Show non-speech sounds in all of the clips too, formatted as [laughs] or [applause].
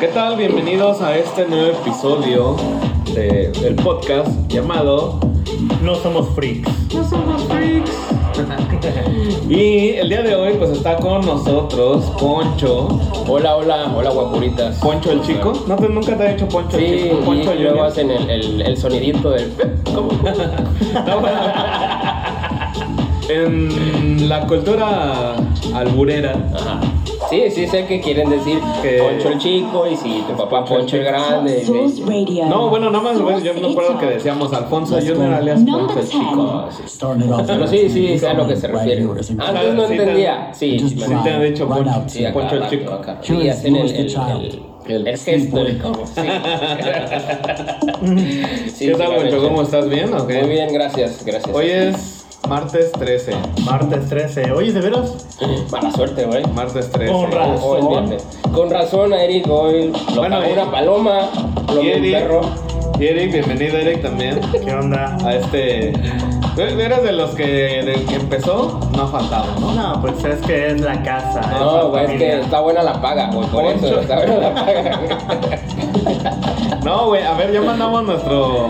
¿Qué tal? Bienvenidos a este nuevo episodio de- del podcast llamado No somos freaks. No somos freaks. [laughs] y el día de hoy pues está con nosotros Poncho. Hola, hola, hola guapuritas. Poncho el chico. No te, nunca te ha dicho Poncho el Sí, chico. Poncho y luego Junior. hacen el, el, el sonidito del... ¿Cómo? [laughs] No, bueno. en la cultura alburera. Ajá. Sí, sí, sé que quieren decir Que- Poncho el chico y si tu papá Poncho el grande. Source Radio. No, bueno, nada más güey, yo me acuerdo que decíamos Alfonso Junior alias Poncho el chico. Ah, sí. Starting it off. Pero sí, sí, sé a lo que se refiere. Antes no Ah, Sí, te- entendía. Sí, Just sí, Sí te ha dicho Right Poncho, out. sí, acá, Poncho el acá, chico. acá. Sí, hacen el, el, el, el gesto. el- [laughs] Sí. Sí, ¿Qué tal, Poncho? ¿Cómo estás? ¿Bien o qué? Muy bien, gracias, gracias. Hoy es martes 13. Martes 13. Oye, ¿de veras? Mala suerte, güey. Martes 13. Con razón. Oh, el viernes. Con razón a Eric hoy lo Bueno, cagó Eric. una paloma, lo Y vio un Eric, perro. y Eric, bienvenido Eric también ¿Qué onda? a este... ¿Tú Eres de los que, del que empezó, no ha faltado, ¿no? No, pues es que es la casa. es la No, güey, Ah, es que familia. está buena la paga, güey, por Poncho. eso está buena la paga. No, güey, a ver, ya mandamos nuestro...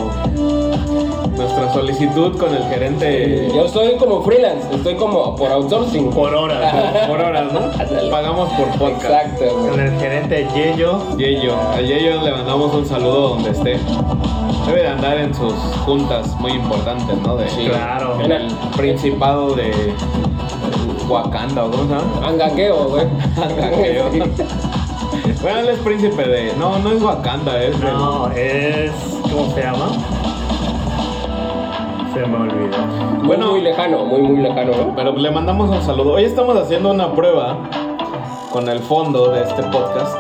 Nuestra solicitud con el gerente Yo soy como freelance, estoy como por outsourcing. Por horas. [laughs] por horas, ¿no? Pagamos por podcast. Exacto, ¿no? Con güey. el gerente Yello. Yeyo, a Yeyo le mandamos un saludo donde esté. Debe de andar en sus juntas muy importantes, ¿no? De, Sí. Claro. En el Principado de Wakanda, ¿o ¿cómo se llama? Angaqueo, güey. Angaqueo. [laughs] Sí. Bueno, él es príncipe de. No, no es Wakanda, es. de- No, es. ¿Cómo se llama? Se me olvidó. Bueno. Bueno, muy lejano, muy, muy lejano, ¿no? Pero le mandamos un saludo. Hoy estamos haciendo una prueba con el fondo de este podcast.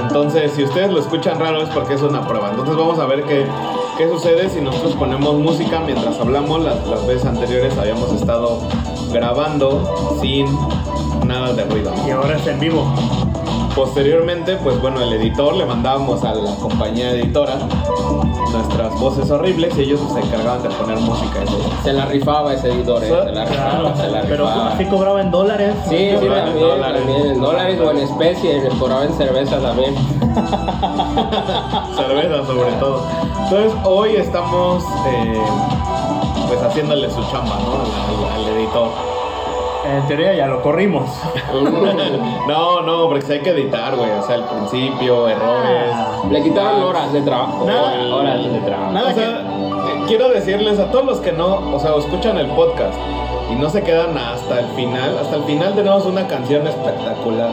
Entonces, si ustedes lo escuchan raro es porque es una prueba. Entonces vamos a ver qué, qué sucede si nosotros ponemos música mientras hablamos. Las, las veces anteriores habíamos estado grabando sin nada de ruido. Y ahora es en vivo. Posteriormente, pues bueno, el editor le mandábamos a la compañía editora nuestras voces horribles y ellos se encargaban de poner música. y todo. Se la rifaba ese editor, eh, Sí. se la Claro. rifaba, se la Pero rifaba. así cobraba en dólares. Sí, sí, Cobraba en también, dólares. también, en dólares o en especie, les cobraba en cerveza también. cerveza sobre todo. Entonces hoy estamos eh, pues haciéndole su chamba, ¿no? Al, al- al editor. [laughs] En teoría ya lo [laughs] corrimos. No, no, porque sí hay que editar, güey. O sea, el principio, errores. Le quitaban horas de trabajo. Nada. horas de trabajo. O sea, eh, quiero decirles a todos los que no, o sea, escuchan el podcast y no se quedan hasta el final. Hasta el final tenemos una canción espectacular.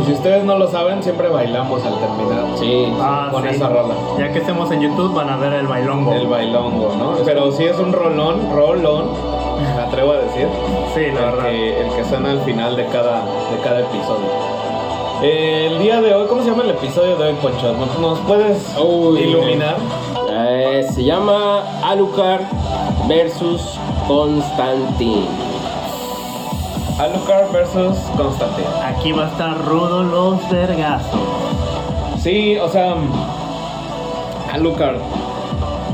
Y si ustedes no lo saben, siempre bailamos al terminar. Sí. Ah, Con sí. esa rola. Ya que estemos en YouTube van a ver el bailongo. El bailongo, ¿no? Pero si es un rolón, rolón, me atrevo a decir. Sí, la el verdad. que, el que suena al final de cada, de cada episodio. Eh, el día de hoy, ¿cómo se llama el episodio de hoy, Poncho? ¿Nos, nos puedes Uy, iluminar? Eh, se llama Alucard versus Constantine. Alucard versus Constantine. Aquí va a estar rudo los vergazos. Sí, o sea, Alucard,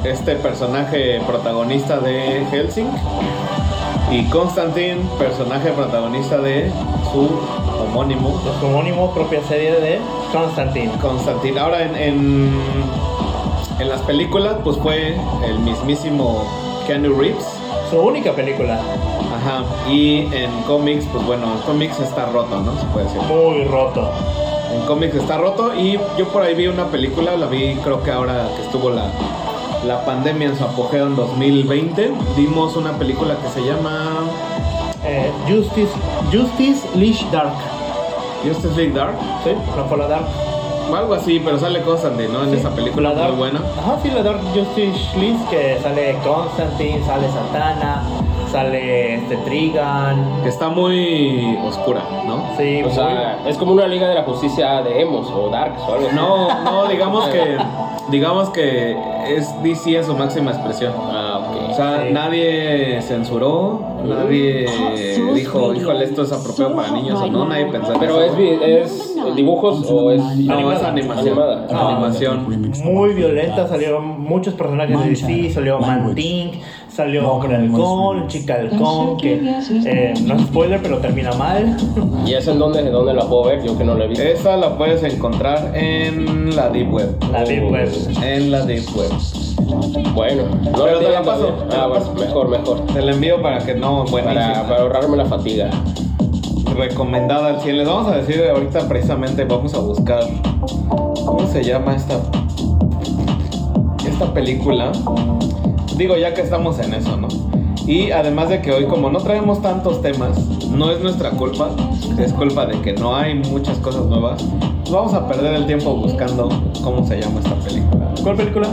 este personaje protagonista de Helsing, y Constantine, personaje protagonista de su homónimo, Los homónimos, Pues propia serie de Constantine. Constantine. Ahora en, en, en las películas, pues fue el mismísimo Keanu Reeves. Su única película. Ajá. Y en cómics, pues bueno, en cómics está roto, ¿no? Se puede decir. Muy roto. En cómics está roto. Y yo por ahí vi una película, la vi creo que ahora que estuvo la, la pandemia en su apogeo en 2020. Vimos una película que se llama Eh, Justice, Justice Leash Dark. Justice League Dark. ¿Sí? No fue la Dark. O algo así, pero sale Constantine, ¿no? En Sí, esa película la Dark. muy buena. Ajá, sí, la Dark Justice League que sale Constantine, sale Satana, sale este Trigan. Que está muy oscura, ¿no? Sí, O sea, es como una liga de la justicia de Emos o Darks o algo así. No, no, digamos que digamos que es DC en su máxima expresión. Ah, O ok. sea, Sí. nadie censuró, nadie dijo, híjole, esto es apropiado para niños o no, nadie pensó en Pero eso. es, vi- es dibujos o es No, es animación. Animada. Ah, Animación. muy violenta, salieron muchos personajes de DC, salió Man Thing, Salió No, Hombre no, no, Halcón, no. Chica Halcón, que eh, no es spoiler, pero termina mal. ¿Y eso en dónde, en dónde la puedo ver? Yo que no la he visto. Esa la puedes encontrar en la Deep Web. La vi, Oh. pues. En la Deep Web. Bueno, no Pero te tienen la paso, todavía. te la Ah, bueno, paso. mejor, mejor. Te la envío para que no, Para, buenísima. para ahorrarme la fatiga. Recomendada al 100. Les vamos a decir ahorita precisamente, vamos a buscar. ¿Cómo se llama esta? Esta película. Digo, ya que estamos en eso, ¿no? Y además de que hoy, como no traemos tantos temas, no es nuestra culpa, es culpa de que no hay muchas cosas nuevas. Vamos a perder el tiempo buscando cómo se llama esta película. ¿Cuál película?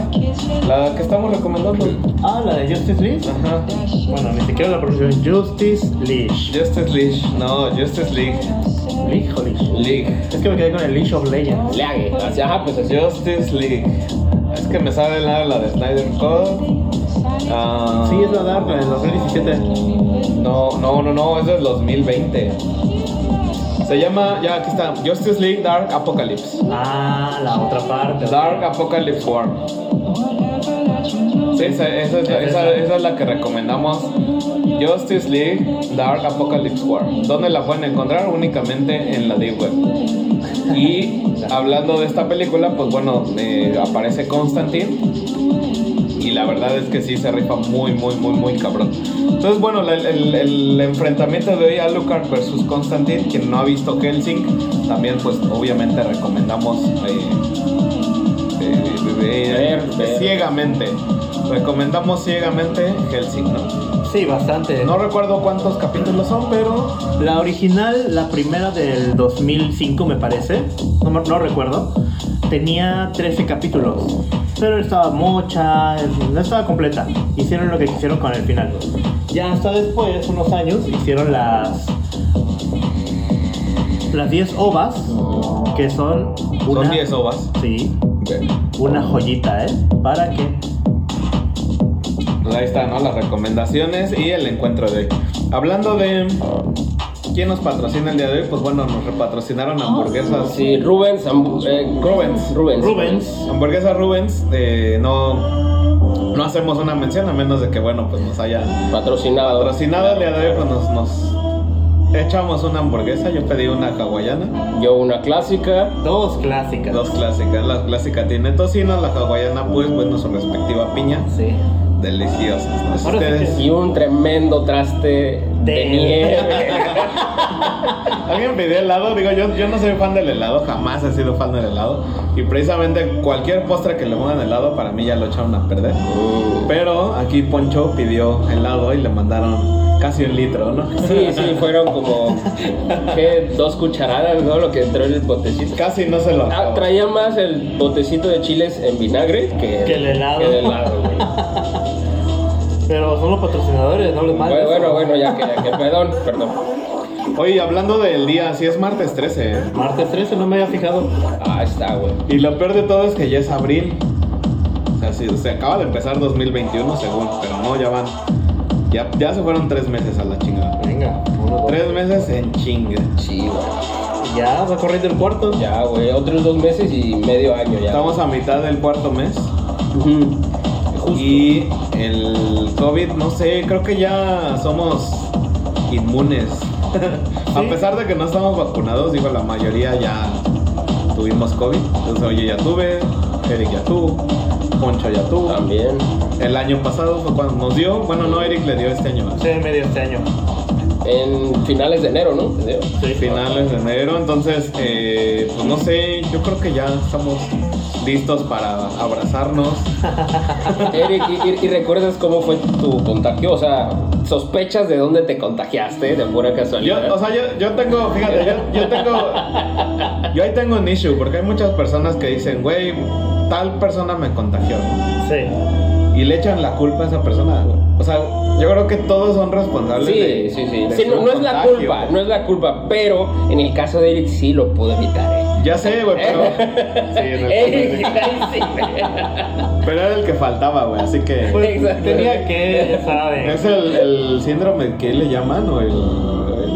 La que estamos recomendando. Ah, la de Justice League. Ajá. Bueno, ni siquiera la producción Justice League. Justice League. No, Justice League. League o League. League. Es que me quedé con el League of Legends. League. Así, ajá, pues así. Justice League. Es que me sale la, la de Snyder Code. Ah, Sí, es la Dark, la del 2017. No, no, no, no, eso es 2020. Se llama, ya aquí está, Justice League Dark Apocalypse. Ah, la otra parte. ok. Dark Apocalypse War. Sí, esa, esa es la, esa- esa es la que recomendamos. Justice League Dark Apocalypse War. Donde la pueden encontrar únicamente en la Deep Web. Y hablando de esta película, pues bueno, eh, aparece Constantine. Y la verdad es que sí se rifa muy, muy, muy, muy cabrón. Entonces, bueno, la- el, el- el enfrentamiento de hoy, Alucard versus Constantine, quien no ha visto Helsing, también pues obviamente recomendamos eh, de- de- de- Ver, ver. ciegamente. Recomendamos ciegamente Helsing, ¿no? Sí, bastante. No recuerdo cuántos capítulos son, pero La original, la primera del 2005 me parece, no, me- no recuerdo, tenía 13 capítulos, pero estaba mucha, no estaba completa. Hicieron lo que quisieron con el final. Ya hasta después, unos años, hicieron las las 10 ovas, que son una, son 10 ovas. Sí, Bueno, una joyita, ¿eh? ¿Para qué? pues ahí están ¿no? las recomendaciones y el encuentro de hoy. Hablando de quién nos patrocina el día de hoy, pues bueno, nos repatrocinaron Oh, hamburguesas. Sí, pues, Rubens. Hambu- eh, Rubens. Rubens. Rubens. Hamburguesa Rubens, eh, no, no hacemos una mención a menos de que, bueno, pues nos haya Patrocinado. patrocinado el día de hoy, pues nos, nos echamos una hamburguesa. Yo pedí una hawaiana, Yo una clásica. Dos clásicas. dos clásicas. La clásica tiene tocino, la hawaiana, pues, bueno, su respectiva piña. Sí. Deliciosas. ¿no? Si Ahora sí ustedes- Y un tremendo traste de, De- nieve. Alguien pidió helado, digo yo, yo no soy fan del helado, jamás he sido fan del helado. Y precisamente cualquier postre que le pongan helado, para mí ya lo echaron a perder. Mm. Pero aquí Poncho pidió helado y le mandaron casi un litro, ¿no? Sí, sí, fueron como ¿qué? dos cucharadas, ¿no? Lo que entró en el botecito. Casi no se lo Ah, acabó. traía más el botecito de chiles en vinagre que, Que el helado. que el helado, güey. Pero son los patrocinadores, no les mandes. bueno, bueno, bueno, ya que, ya que- perdón, perdón. Oye, y hablando del día, sí es martes 13, ¿eh? Martes 13, no me había fijado. Ah, está, güey. Y lo peor de todo es que ya es abril. O sea, sí, se acaba de empezar 2021 según, pero no, ya van. Ya, ya se fueron tres meses a la chingada. Venga, uno, dos. Tres meses en chinga. Sí, güey. Ya, va corriendo el cuarto. Ya, güey. Otros dos meses y medio año ya. Estamos a mitad del cuarto mes. Ujú. Justo. Y el COVID, no sé, creo que ya somos inmunes. [laughs] A pesar de que no estamos vacunados, digo, la mayoría ya tuvimos COVID. Entonces, oye, ya tuve, Eric ya tuvo, Poncho ya tuvo. También. El año pasado fue cuando nos dio. Bueno, no, Eric le dio este año. Sí, medio este año. En finales de enero, ¿no? Te digo. Sí. Finales de enero, entonces, eh, pues no sé, yo creo que ya estamos listos para abrazarnos. Eric, y, y- y recuerdas cómo fue tu contagio? O sea, ¿sospechas de dónde te contagiaste de pura Yo, casualidad? o sea, yo, yo tengo, fíjate, yo, yo tengo, yo ahí tengo un issue, porque hay muchas personas que dicen, güey, tal persona me contagió, ¿no? Sí. Y le echan la culpa a esa persona, güey. O sea, yo creo que todos son responsables Sí, de- sí, sí. de Sí, su no, no es la contagio. culpa, no es la culpa, pero en el caso de Eric sí lo pudo evitar, Ya sé, güey, [laughs] pero... Sí, ¿eh? no es [laughs] Eric, culpa de- ahí sí. Pero era el que faltaba, güey, así que... Pues Exacto. tenía que, ya saben. Es el, el síndrome que le llaman o el, el-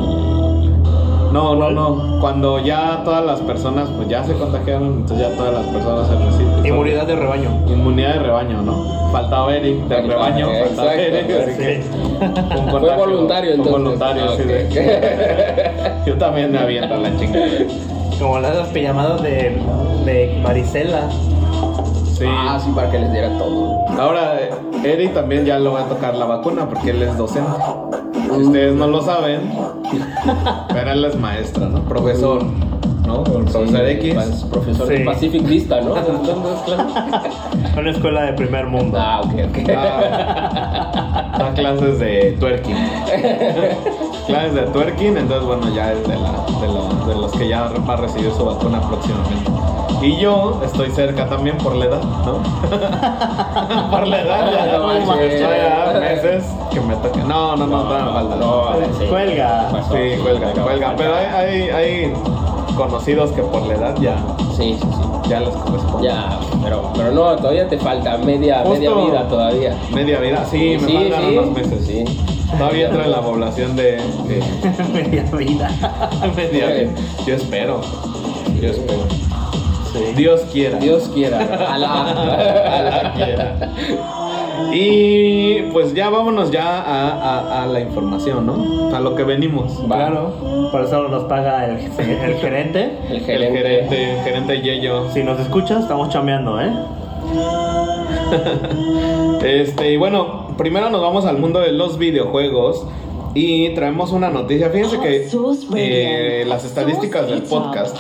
No, no, ¿Cuál? no. Cuando ya todas las personas, pues ya se contagiaron, entonces ya todas las personas se resisten. Inmunidad de rebaño. Inmunidad de rebaño, ¿no? Faltaba Eric del rebaño, faltaba Exacto, Eric, así sí. que fue un Fue contagio, voluntario fue entonces. voluntario, Ah, sí, ok. de- [laughs] Yo también me aviento a la chingada. Ah, Como las pijamadas de, de Marisela. Sí. Ah, sí, para que les diera todo. Ahora, eh, Eric también ya lo va a tocar la vacuna porque él es docente. Ustedes no lo saben, pero él es maestro, ¿no? Profesor, ¿no? El profesor Sí, X. pas- Profesor Sí. de Pacific Vista, ¿no? Entonces, claro. Una escuela de primer mundo. Ah, ok, ok. da- da clases de [laughs] twerking. clases de twerking, entonces bueno, ya es de, la- de lo- de los que ya va a recibir su vacuna próximamente. Y yo estoy cerca también por la edad, ¿no? [laughs] por la edad, ya, No no, manches. estoy a meses que me toque. No, no, no, todavía me falta. No, a ver, sí. Cuelga. Sí, cuelga, cuelga. Pero hay, hay, hay conocidos que por la edad ya, Sí, sí, sí. ya les corresponde. Ya, pero, pero no, todavía te falta media, Justo. media vida todavía. Media vida, sí, me Sí, faltan sí. unos meses. Sí. Todavía entra en la población de. de- [laughs] Media vida. media [laughs] vida. Yo espero. Yo espero. Dios quiera. [laughs] Dios quiera. Alá Alá. quiera. Y pues ya vámonos ya a, a- a la información, ¿no? A lo que venimos. Va. Claro. Por eso nos paga el, el gerente. El gerente. El gerente, el gerente Yeyo. Si nos escuchas, estamos chambeando, ¿eh? Este, y bueno, primero nos vamos al mundo de los videojuegos y traemos una noticia. Fíjense que eh, las estadísticas del podcast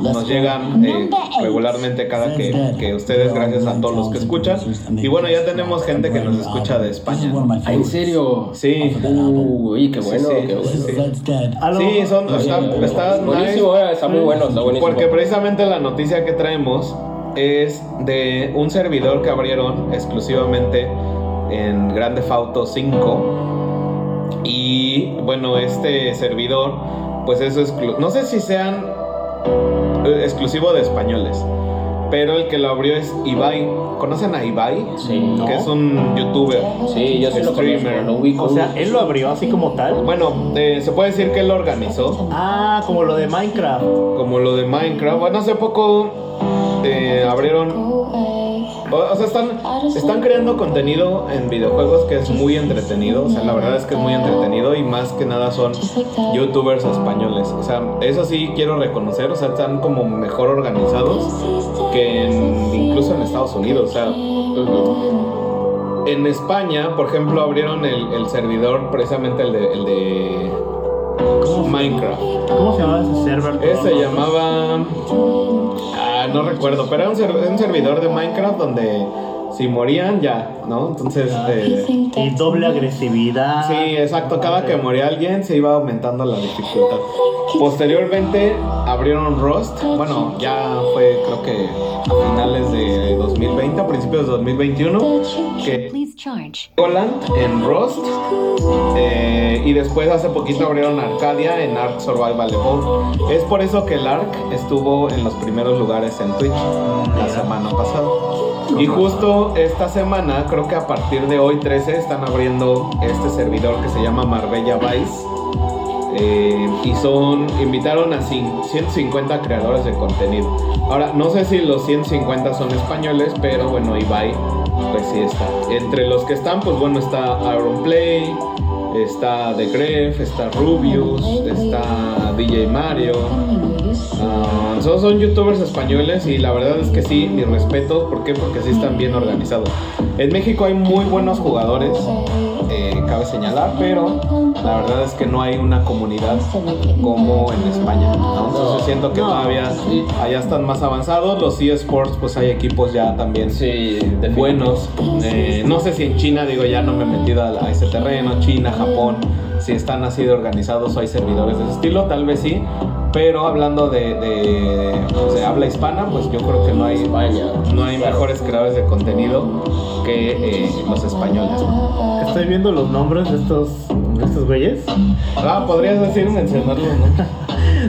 nos llegan eh, regularmente cada que, que ustedes, gracias a todos los que escuchan. Y bueno, ya tenemos gente que nos escucha de España. Ah, ¿En serio? Uh, Sí, Uy, qué bueno, Sí, sí. qué bueno. Aló. sí, son, está, está buenísimo, nice, eh, está muy bueno, está buenísimo. Porque precisamente la noticia que traemos es de un servidor que abrieron exclusivamente en Grande Auto 5. Y bueno, este servidor, pues eso es. exclu- No sé si sean eh, exclusivo de españoles. Pero el que lo abrió es Ibai. ¿Conocen a Ibai? Sí, No. Que es un youtuber. sí, yo sí lo conozco, Streamer. lo ubico. O sea, él lo abrió así como tal. Bueno, eh, se puede decir que él lo organizó. Ah, como lo de Minecraft. Como lo de Minecraft. Bueno, hace poco eh, abrieron O, o sea, están, están creando contenido en videojuegos que es muy entretenido. O sea, la verdad es que es muy entretenido y más que nada son youtubers españoles. O sea, eso sí quiero reconocer. O sea, están como mejor organizados que en- incluso en Estados Unidos. O sea, en España, por ejemplo, abrieron el, el servidor, precisamente el de, el de Minecraft. ¿Cómo se llamaba ese server? Eh, se llamaba. Ah, no recuerdo, pero era un, ser- un servidor de Minecraft donde si morían ya, ¿no? Entonces. eh, Y doble agresividad. sí, exacto. Cada que moría alguien se iba aumentando la dificultad. Posteriormente abrieron Rust. Bueno, ya fue, creo que a finales de 2020, a principios de 2021. Que Please charge. Goland en Rust. eh, y después hace poquito abrieron Arcadia en Ark Survival Evolved. Es por eso que el Ark estuvo en los primeros lugares en Twitch la semana pasada. Y justo esta semana, creo que a partir de hoy 13, están abriendo este servidor que se llama Marbella Vice. Eh, y son, invitaron a cin- 150 creadores de contenido. Ahora, no sé si los 150 son españoles, pero bueno, Ibai, pues sí está. Entre los que están, pues bueno, está Aaron Play, está The Gref, está Rubius, está DJ Mario. Ah, son, son youtubers españoles y la verdad es que sí, mis respetos. ¿Por qué? Porque sí están bien organizados. En México hay muy buenos jugadores, eh, cabe señalar, pero la verdad es que no hay una comunidad como en España. ¿no? Entonces siento que todavía Sí. allá están más avanzados. Los eSports, pues hay equipos ya también Sí, buenos. Eh, no sé si en China, digo, ya no me he metido a, a ese terreno. China, Japón, si están así de organizados o hay servidores de ese estilo, tal vez sí. Pero hablando de, de, pues, de habla hispana, pues yo creo que no hay, España. no hay mejores creadores de contenido que eh, los españoles. Estoy viendo los nombres de estos, de estos güeyes. Ah, podrías decir, mencionarlos, ¿no?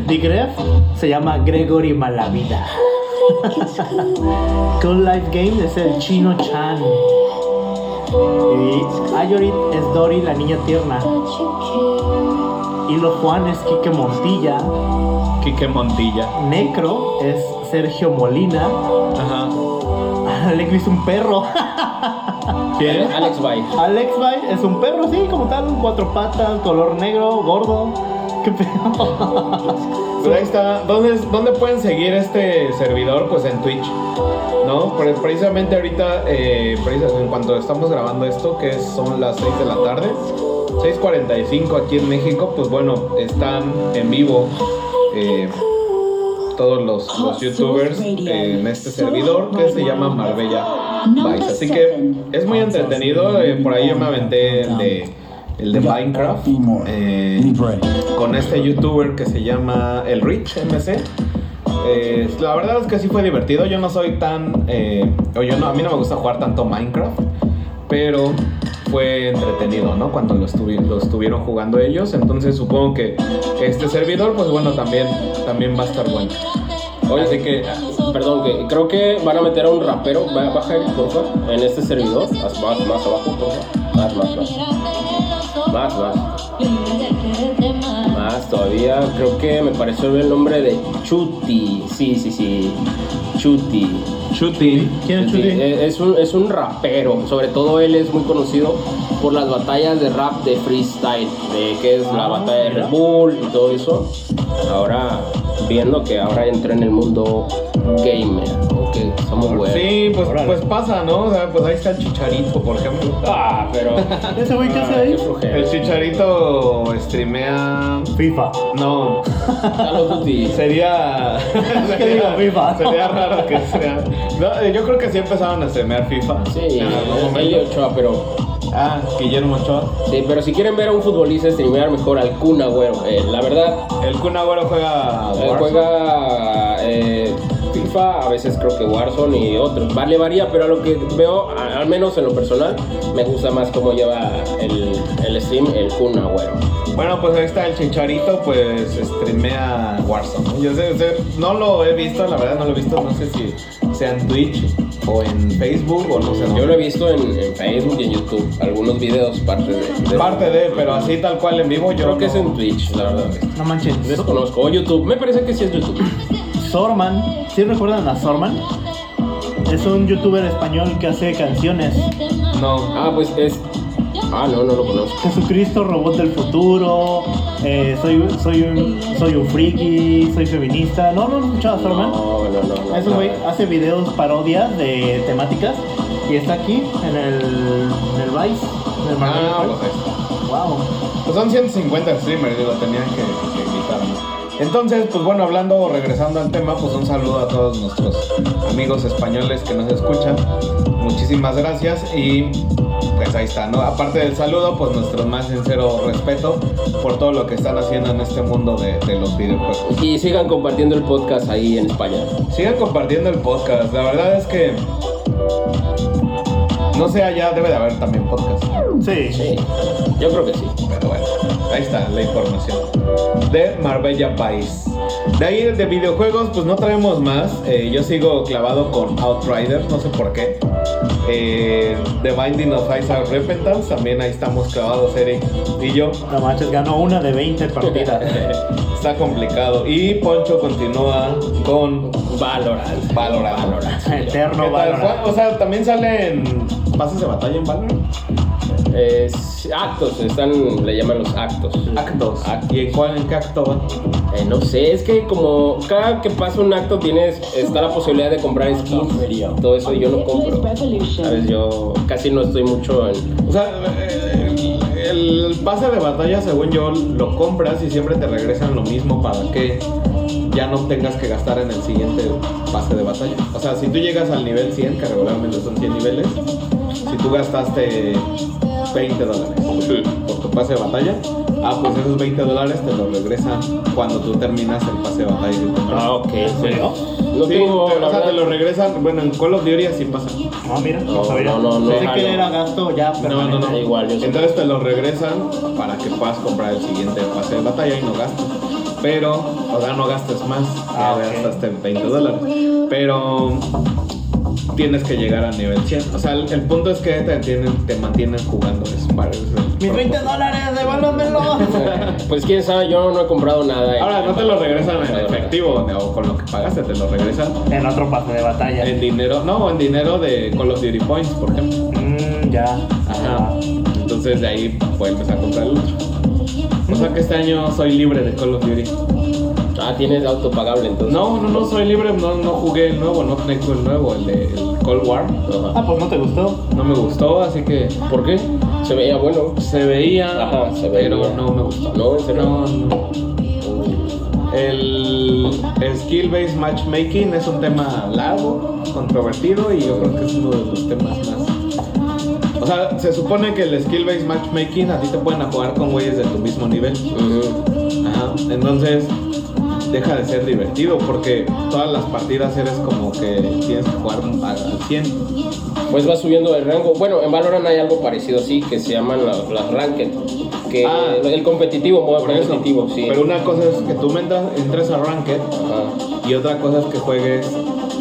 Digref se llama Gregory Malavida. Cool Life Game es el chino Chan. Y Ayorit es Dory, la niña tierna. Hilo Juan es Quique Montilla, Quique Montilla. Necro es Sergio Molina, [laughs] Ajá. Alex es un perro. ¿Quién? Alex Bay. Alex Bay es un perro, sí, como tal, cuatro patas, color negro, gordo. ¿Qué pedo? [laughs] Pues ahí está. ¿Dónde, es- dónde pueden seguir este servidor? Pues en Twitch. ¿No? Pre- Precisamente ahorita, eh, precisa- en cuanto estamos grabando esto, que es- son las 6 de la tarde, 6.45 aquí en México, pues bueno, están en vivo eh, todos los, los youtubers eh, en este servidor que se llama Marbella Vice. Así que es muy entretenido. eh, por ahí yo me aventé el de, el de Minecraft. eh, con este youtuber que se llama El Rich MC. Eh, la verdad es que sí fue divertido. Yo no soy tan. eh, o yo no, a mí no me gusta jugar tanto Minecraft. Pero fue entretenido, ¿no? Cuando lo, estuvi- lo estuvieron jugando ellos. Entonces supongo que este servidor, pues bueno, también, también va a estar bueno. Oye, Así que. Perdón, que creo que van a meter a un rapero. Va- Baja el porfa en este servidor. Más, más, más abajo, porfa. Más, más, más. Más, más. Más todavía. Creo que me pareció ver el nombre de Chuti. Sí, sí, sí. Chuti. Chuti. ¿Quién es Sí, Chuti? eh, es, un, es un rapero, sobre todo él es muy conocido por las batallas de rap de freestyle, de que es la Ah, batalla de mira. Red Bull y todo eso. Ahora viendo que ahora entra en el mundo gamer, o que somos buenos. Sí, pues, Órale. pues pasa, ¿no? O sea, pues ahí está el chicharito, por ejemplo. Ah, [laughs] pero ¿Ese güey qué hace qué ahí? El flojera. [laughs] chicharito streamea. FIFA. No, Call of Duty. Sería. [laughs] Que diga FIFA. sería raro que sea. No, eh, yo creo que sí empezaron a streamear FIFA. Sí, en algún Eli momento. Ochoa, pero Ah, Guillermo Ochoa. sí, pero si quieren ver a un futbolista streamear mejor al Kun Agüero, eh, la verdad El Kun Agüero juega. Eh, Warzone. juega eh, FIFA, a veces creo que Warzone y otros. Vale, varía, pero a lo que veo, a- al menos en lo personal, me gusta más cómo lleva el, el stream el Kun Agüero. Bueno, pues ahí está el Chicharito, pues streamea Warzone. ¿no? Yo sé, sé- no lo he visto, la verdad no lo he visto. No sé si sea en Twitch o en Facebook o no sé. Yo dónde. lo he visto en, en Facebook y en YouTube, algunos videos, parte de. Parte de, pero así tal cual en vivo, yo Creo que no. es en Twitch, la verdad. No manches. Desconozco. O YouTube, me parece que sí es YouTube. Sorman. ¿Sí recuerdan a Sorman? Es un youtuber español que hace canciones. No. Ah, pues es. Ah, no, no lo conozco. Jesucristo, robot del futuro. eh, soy, soy, un, soy un friki, soy feminista. No, no, no, escuchaba a Sorman. No, no, no. no, Ese no. güey hace videos parodias de temáticas y está aquí en el, en el Vice. En el Marvel Ah, Vice. pues ahí está. Wow. Pues son 150 streamers, digo, tenían que, que invitarme. Entonces, pues bueno, hablando, regresando al tema, pues un saludo a todos nuestros amigos españoles que nos escuchan. Muchísimas gracias y pues ahí está, ¿no? Aparte del saludo, pues nuestro más sincero respeto por todo lo que están haciendo en este mundo de, de los videojuegos. Y sigan compartiendo el podcast ahí en España. Sigan compartiendo el podcast, la verdad es que... No sé, allá debe de haber también podcast. Sí. Sí, yo creo que sí. Pero bueno, ahí está la información de Marbella País. De ahí de videojuegos, pues no traemos más. Eh, yo sigo clavado con Outriders, no sé por qué. Eh, The Binding of Isaac Repentance, también ahí estamos clavados, Eric y yo. No manches, ganó una de 20 partidas. [laughs] Está complicado. Y Poncho continúa con Valorant. Valorant. ¿Qué Eterno tal? valor. O sea, también salen pases de batalla en Valorant. Es- actos, están, le llaman los actos. Actos. Act- Ah, ¿Y en cuál en qué acto va? Eh, no sé, es que como cada que pasa un acto tienes, está la posibilidad de comprar skins, todo eso y yo no compro. Sabes, yo casi no estoy mucho en... O sea, el, el pase de batalla, según yo, lo compras y siempre te regresan lo mismo para que ya no tengas que gastar en el siguiente pase de batalla. O sea, si tú llegas al nivel 100, que regularmente son 100 niveles, si tú gastaste 20 dólares por tu pase de batalla, ah, pues esos 20 dólares te los regresan cuando tú terminas el pase de batalla. y te compras. Ah, ok, Ah, ¿en serio? No Sí, tengo, te, la o sea, te verdad, lo regresan, bueno, en Call of Duty así pasa. No, Ah, mira, No, no sabía. no, no, no, Pensé no. que era gasto ya No, no, permanente. no. Igual, yo sé. Entonces te lo regresan para que puedas comprar el siguiente pase de batalla y no gastes. Pero, o sea, no gastes más. Ah, ya ok. gastaste 20 dólares. Pero, tienes que llegar a nivel 100. O sea, el, el punto es que te, tienen- te mantienen jugando. Es para eso es el Mis 20 propósito. dólares, devuélvamelo. [laughs] Pues quién sabe, yo no he comprado nada. en- Ahora, no te lo regresan en efectivo o con lo que pagaste, te lo regresan [laughs] en otro pase de batalla. en dinero. No, en dinero de Call of Duty Points, por ejemplo. Mm, ya. Ajá. Entonces de ahí puedes empezar a comprar el otro. O sea que este año soy libre de Call of Duty. Ah, tienes auto pagable entonces. No, no, no soy libre, no, no jugué el nuevo, no conecto el nuevo, el de el Cold War. Ajá. Ah, pues no te gustó. No me gustó, así que ¿Por qué? Se veía bueno. se veía, Ajá, se veía. pero no me gustó. No, en serio. No, no. El skill-based matchmaking es un tema largo, controvertido y yo creo que es uno de los temas más. O sea, se supone que el skill-based matchmaking a ti te pueden jugar con güeyes de tu mismo nivel. Ujú. Ajá, entonces deja de ser divertido porque todas las partidas eres como que tienes que jugar al al 100. Pues va subiendo el rango. Bueno, en Valorant hay algo parecido, sí, que se llaman las, las ranked. Que Ah. el competitivo, modo Por eso. competitivo, sí. Pero una cosa es que tú mentas- entres a Ranked Ajá. y otra cosa es que juegues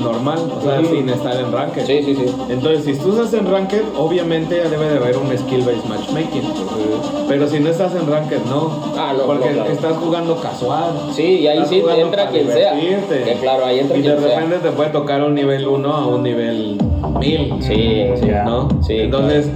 normal, o sea, Ujú. sin estar en Ranked. Sí, sí, sí. Entonces, si tú estás en Ranked, obviamente debe de haber un skill-based matchmaking. Pero si no estás en Ranked, no. Ah, no, Porque no, claro. estás jugando casual. Sí, y ahí Estás sí jugando entra para quien sea. divertirte. Que claro, ahí entra Y de quien sea. repente te puede tocar un nivel 1 a un nivel 1000. Sí, sí. Ya. ¿no? Sí, Entonces,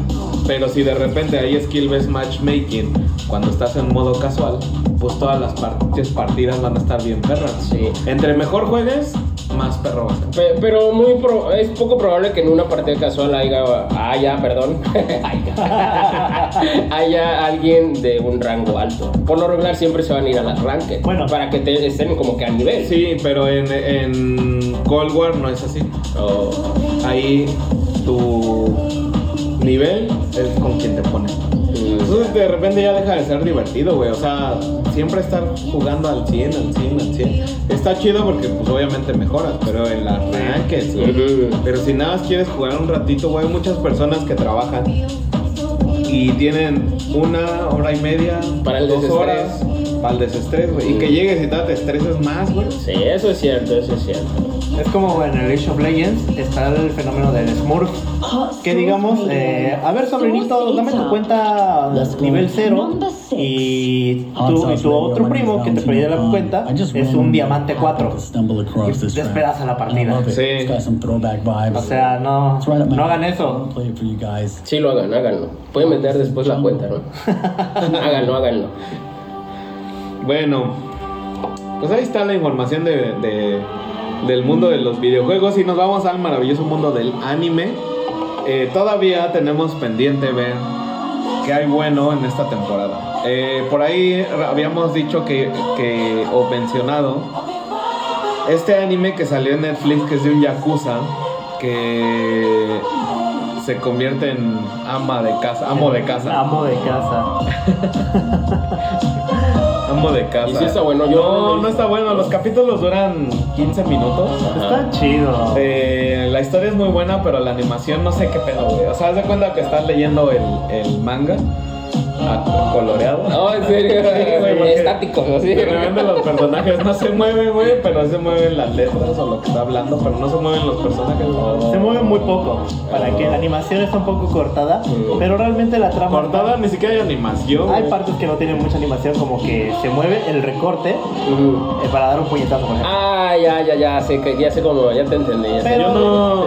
pero si de repente hay skill-based matchmaking cuando estás en modo casual, pues todas las partes partidas van a estar bien perras. Sí. Entre mejor juegues, más perro vas a ser. Pe- Pero muy pro- es poco probable que en una partida casual haya, haya perdón, [laughs] haya, haya alguien de un rango alto. Por lo regular siempre se van a ir a las ranked Bueno. para que te estén como que a nivel. Sí, pero en, en Cold War no es así. O- Ahí tu nivel es con quien te pone. mm, Entonces de repente ya deja de ser divertido, güey. O sea, siempre estar jugando al 100, al 100, al 100. Está chido porque pues obviamente mejoras, pero en las rankings, güey. Ujú. Pero si nada más quieres jugar un ratito, güey, hay muchas personas que trabajan y tienen una hora y media, Para el dos desestrés. horas para el desestrés, güey. Y que llegues y tal, te estreses más, güey. Sí, eso es cierto, eso es cierto. Es como en el Age of Legends está el fenómeno del Smurf. Que digamos, eh, a ver, sobrinito, dame tu cuenta nivel 0 y Ah, tú y tu otro primo que te pide la cuenta es un diamante 4. Despedaza la partida. Sí. O sea, no, no hagan eso. Sí, lo hagan, háganlo. Pueden meter después la [laughs] cuenta, ¿no? háganlo, háganlo. Bueno, pues ahí está la información de, de- del mundo de los videojuegos y nos vamos al maravilloso mundo del anime. Eh, todavía tenemos pendiente ver qué hay bueno en esta temporada. Eh, por ahí ra- habíamos dicho que, que- o mencionado este anime que salió en Netflix que es de un yakuza que se convierte en ama de casa, amo de casa, Amo de casa. amo de casa. Y sí está bueno, yo No, no está bueno. Los capítulos duran 15 minutos. Está chido. Eh, la historia es muy buena, pero la animación no sé qué pedo, güey. O sea, haz de cuenta que estás leyendo el, el manga ah, coloreado. No, Oh, en [laughs] serio, Sí, [laughs] güey, porque estático, sí. De repente los personajes no se mueven, güey, pero se mueven las letras o lo que está hablando, pero no se mueven los personajes. Se mueve muy poco, para que la animación está un poco cortada, pero realmente la trama... Mm. Cortada ni siquiera hay animación. Hay güey. partes que no tienen mucha animación, como que se mueve el recorte eh, Ujú. Mm. para dar un puñetazo, por ejemplo. Ah, ya, ya, ya, sé que ya sé cómo, ya te entendí. ya sé. Yo este, no,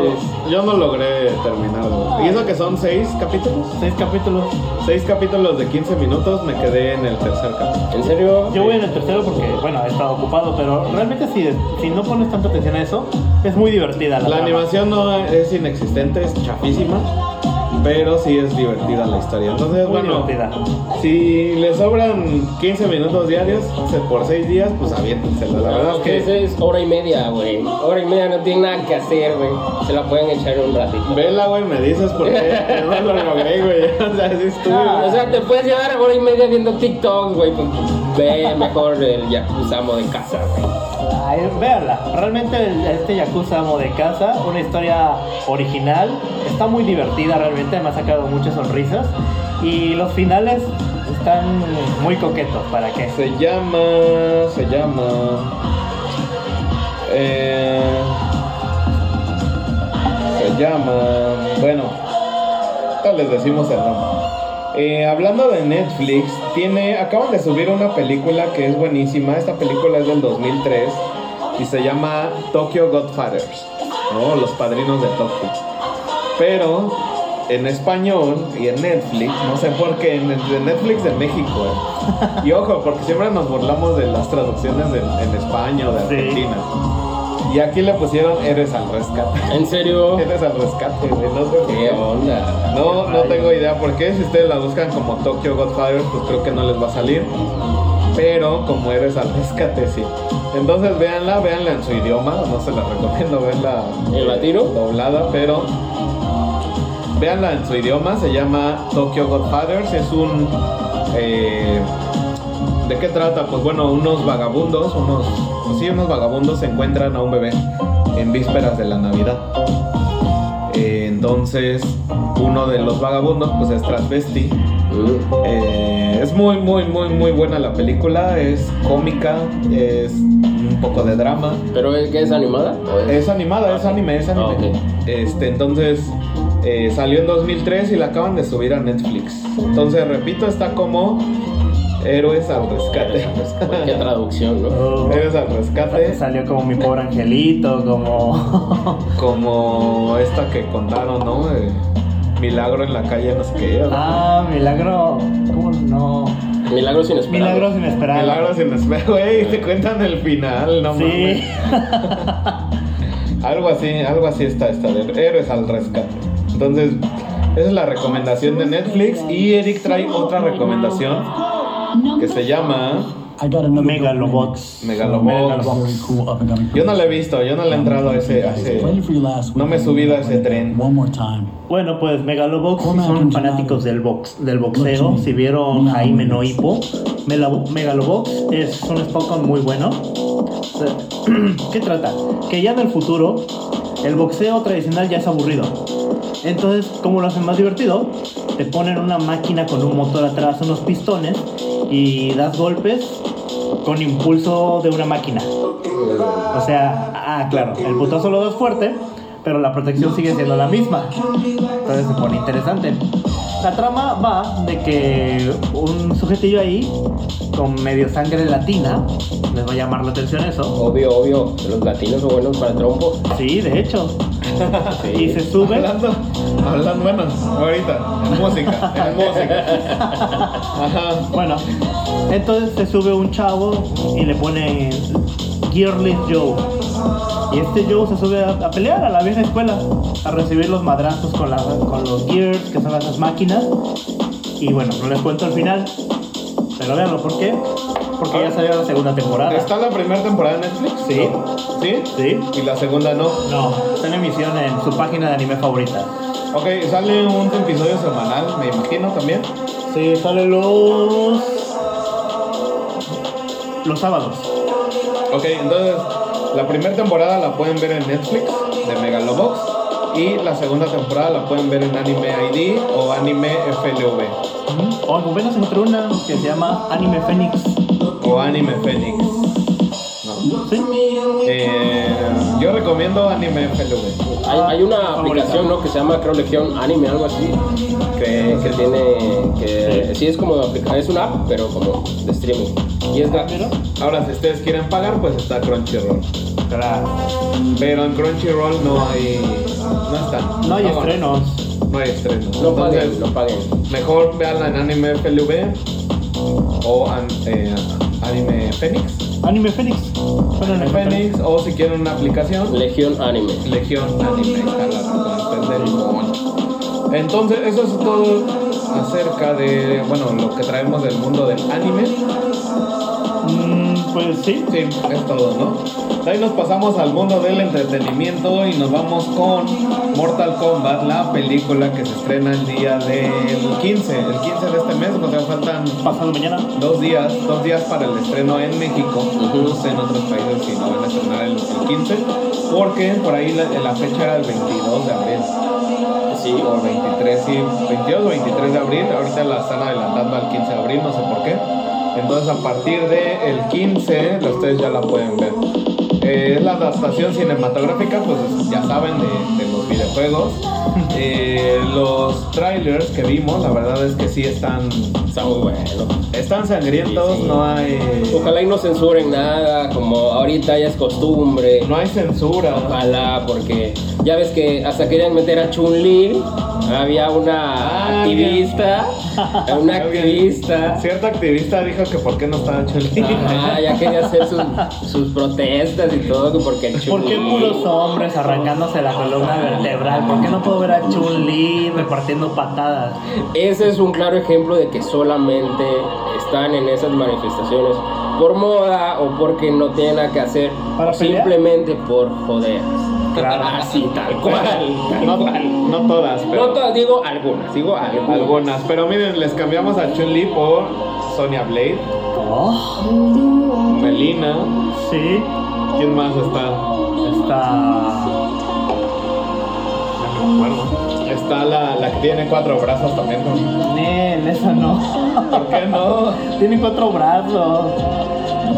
yo no logré terminarlo. Y eso que son seis capítulos. Seis capítulos. Seis capítulos de 15 minutos, me quedé en el tercer capítulo. ¿En serio? Yo voy en el tercero porque, bueno, he estado ocupado, pero realmente si, si no pones tanta atención a eso, es muy divertida Ah, la, La trama. animación no es inexistente, es chafísima, pero sí es divertida la historia. Entonces, Muy bueno, divertida. si le sobran 15 minutos diarios se- por seis días, pues aviéntenselo. Ah, La verdad es que es hora y media, güey. Hora y media no tiene nada que hacer, güey. Se la pueden echar un ratito. vela, güey, me dices por [laughs] qué no lo logré, güey. [laughs] O sea, sí estuve- Ah, o sea, te puedes llevar hora y media viendo TikTok, güey. pues, Ve mejor el Yakuza amo de casa, güey. Ay, véanla. Realmente el- este Yakuza Amo de Casa, una historia original, está muy divertida realmente, me ha sacado muchas sonrisas y los finales están muy coquetos, ¿para qué? Se llama. Se llama. Eh, se llama? Bueno, ahorita les decimos el nombre. Eh, hablando de Netflix, tiene, acaban de subir una película que es buenísima. Esta película es del 2003 y se llama Tokyo Godfathers, ¿no? Los padrinos de Tokio. Pero en español y en Netflix, no sé por qué, en, en Netflix de México. ¿eh? Y ojo, porque siempre nos burlamos de las traducciones de- en España o de Sí. Argentina. Y aquí le pusieron Eres al rescate. [laughs] ¿En serio? Eres al rescate, güey, no sé por ¿Qué qué. onda? No, no tengo idea por qué. Si ustedes la buscan como Tokyo Godfather, pues creo que no les va a salir. Pero como eres al rescate, sí. Entonces véanla, véanla en su idioma. No se la recomiendo verla ¿En latino? doblada, pero véanla en su idioma. Se llama Tokyo Godfathers. Es un. eh, ¿De qué trata? Pues bueno, unos vagabundos, unos. Pues sí, unos vagabundos se encuentran a un bebé en vísperas de la Navidad. Eh, entonces, uno de los vagabundos, pues es transvesti. Mm. Eh, es muy, muy, muy, muy buena la película. Es cómica, es un poco de drama. ¿Pero es que es animada? ¿O es- Es animada, es anime, es anime. Ah, ok. Este, entonces, eh, salió en 2003 y la acaban de subir a Netflix. Entonces, repito, está como Héroes al Rescate. [laughs] Qué traducción, ¿no? Oh, Héroes al te Rescate. salió como mi pobre angelito, como. [laughs] Como esta que contaron, ¿no? Eh, Milagro en la calle, no sé qué. ah, milagro. ¿Cómo no? Milagros inesperados. Milagros inesperados. Milagro sin espejo, güey, te cuentan el final, no [laughs] Sí. mames. Algo así, algo así está esta de Héroes al Rescate. Entonces, esa es la recomendación de Netflix y Eric trae otra recomendación que se llama I got another Megalobox. Megalobox. Very cool up and coming. Yo no la he visto, yo no le he entrado a ese, a ese- no me he subido a ese tren. One more time. Bueno, pues Megalobox si Hola, son Angelina. fanáticos del box, del boxeo. Si vieron Jaime Noipo, Mela- Megalobox es un Spockon muy bueno. Se- [clears throat] ¿Qué trata? Que ya del futuro, el boxeo tradicional ya es aburrido. Entonces, ¿cómo lo hacen más divertido? Te ponen una máquina con un motor atrás, unos pistones, y das golpes con impulso de una máquina. O sea, ah, claro, el putazo lo das fuerte, pero la protección sigue siendo la misma. Entonces se pone interesante. La trama va de que un sujetillo ahí, con medio sangre latina, les va a llamar la atención eso. Obvio, obvio. Los latinos son buenos para trompo. Sí, de hecho. Sí. Y se [laughs] sube. Hablando, hablando, bueno, ahorita, en música, en [laughs] música. Ajá. Bueno, entonces se sube un chavo y le pone Gearless Joe. Y este Joe se sube a, a pelear a la vieja escuela, a recibir los madrazos con, la- con los Gears, que son esas máquinas. Y bueno, no les cuento el final, pero véanlo, ¿por qué? Porque ya salió la segunda temporada. ¿Está la primera temporada en Netflix? Sí. ¿Sí? ¿Sí? Y la segunda no. No, está en emisión en su página de anime favorita. Ok, sale un episodio semanal, me imagino también. Sí, sale los... Los sábados. Ok, entonces la primera temporada la pueden ver en Netflix de Megalobox y la segunda temporada la pueden ver en Anime ID o Anime FLV O apenas encontré una que se llama Anime Fénix. o Anime Fénix. No. Sí. Eh, yo recomiendo Anime FLV. Hay, hay una Favorita. aplicación, ¿no? Que se llama, creo, Legión Anime, algo así. Que, que tiene... Que, sí, es como... aplica- Es una app, pero como de streaming. Y es gratis. Ahora, si ustedes quieren pagar, pues está Crunchyroll. Claro. Pero en Crunchyroll no hay. No están. No hay bueno, estrenos. No hay estreno. No paguen, Entonces, no paguen. Mejor veanla en Anime FLV o an- eh, Anime Fénix. Anime Fénix. Bueno, Anime no, Fénix o si quieren una aplicación, Legión Anime. Legión Anime. está la aplicación del demonio. Entonces, eso es todo acerca de, bueno, lo que traemos del mundo del anime. Mm, pues sí. Sí, es todo, ¿no? De ahí nos pasamos al mundo del entretenimiento y nos vamos con Mortal Kombat, la película que se estrena el día del 15, el 15 de este mes, o sea, faltan Pasado mañana. Dos días, dos días para el estreno en México, Ujú. no sé en otros países si no van a estrenar el, el 15, porque por ahí la, la fecha era el 22 de abril, Sí. o 23, sí, 22 o 23 de abril, ahorita la están adelantando al 15 de abril, no sé por qué. Entonces a partir del 15, la- ustedes ya la pueden ver. Eh, Es la adaptación cinematográfica, pues ya saben, de, de los videojuegos. videojuegos. Eh, los trailers que vimos, la verdad es que sí están, Está muy bueno. están sangrientos, Sí, sí. no hay, Ojalá y no censuren nada, como ahorita ya es costumbre. no hay censura. Ojalá, porque ya ves que hasta querían meter a Chun-Li. Había una Ah, activista. Una activista. Ah, Cierta activista dijo que por qué no estaba [laughs] Chun-Li. Ajá, ya quería hacer sus, sus protestas y todo, porque el ¿Por qué Chun-Li- puros hombres arrancándose la columna vertebral? ¿Por qué no puedo ver a Chun-Li repartiendo patadas? Ese es un claro ejemplo de que solamente están en esas manifestaciones por moda o porque no tienen nada que hacer, ¿Para o pelear? simplemente por joder. Claro. Así, tal cual, tal cual. No, no todas, pero No todas, digo algunas, digo algunas. algunas. Pero miren, les cambiamos a Chun-Li por Sonia Blade, Oh, Melina. sí. ¿Quién más está? Está. Ya no me acuerdo. Está la, la que tiene cuatro brazos [laughs] también. ¿no? Nel, esa no. ¿Por qué no? Tiene cuatro brazos.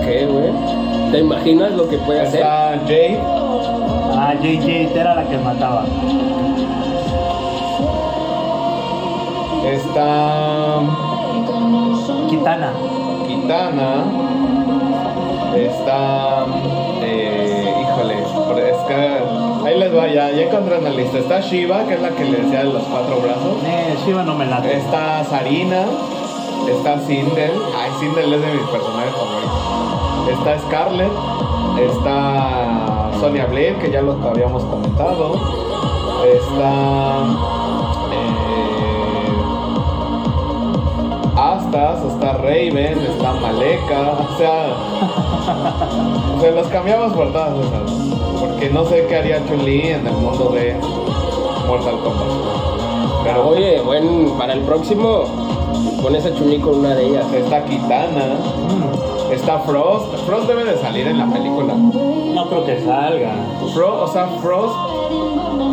¿Qué, güey? ¿Te imaginas lo que puede hacer? Está Jade. Ah, JJ era la que mataba. Está Kitana. Kitana. Está. eh, híjole, por- es que ahí les va, ya, ya encontré una lista. Está Shiva, que es la que le decía de los cuatro brazos. Nel, Shiva no me late. Está Sarina. Está Sindel. Ay, Sindel es de mis personajes favoritos. Está Scarlett. Está Sonia Blade, que ya lo habíamos comentado. Está. eh, Astas, está Raven, está Maleka. O sea. [laughs] se los cambiamos por todas esas. Porque no sé qué haría Chun-Li en el mundo de Mortal Kombat. Pero Oye, bueno, para el próximo, pones a Chun-Li con una de ellas. Está Kitana, Mm, está Frost. Frost debe de salir en la película. No creo que salga. Fro, o sea, Frost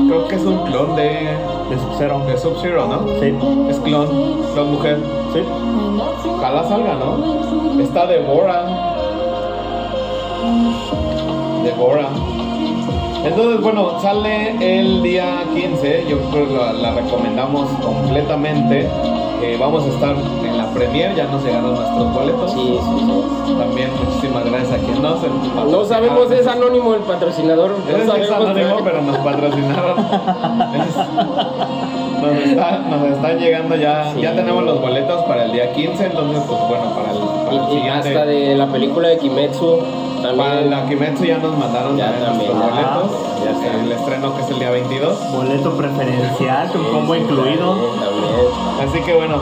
creo que es un clon de, Es cero. de Sub-Zero, ¿no? Sí. Es clon, clon mujer. Sí. Ojalá salga, ¿no? Está Deborah. Deborah. Entonces, bueno, sale el día 15. Yo creo que la, la recomendamos completamente. Eh, vamos a estar en la premier, ya nos llegaron nuestros boletos. Sí, sí, sí. También muchísimas gracias a quien nos No sabemos, es anónimo el patrocinador. No Es sabemos, anónimo, pero nos patrocinaron. Es- Nos, está- nos están llegando ya, Sí. ya tenemos los boletos para el día 15, entonces pues bueno, para el, para el Y, y siguiente. hasta de la película de Kimetsu Para también. la Kimetsu ya nos mandaron Ya también nuestros también. Ah, boletos. ya está. el estreno que es el día 22. Boleto preferencial con combo incluido. También, también. Así que bueno,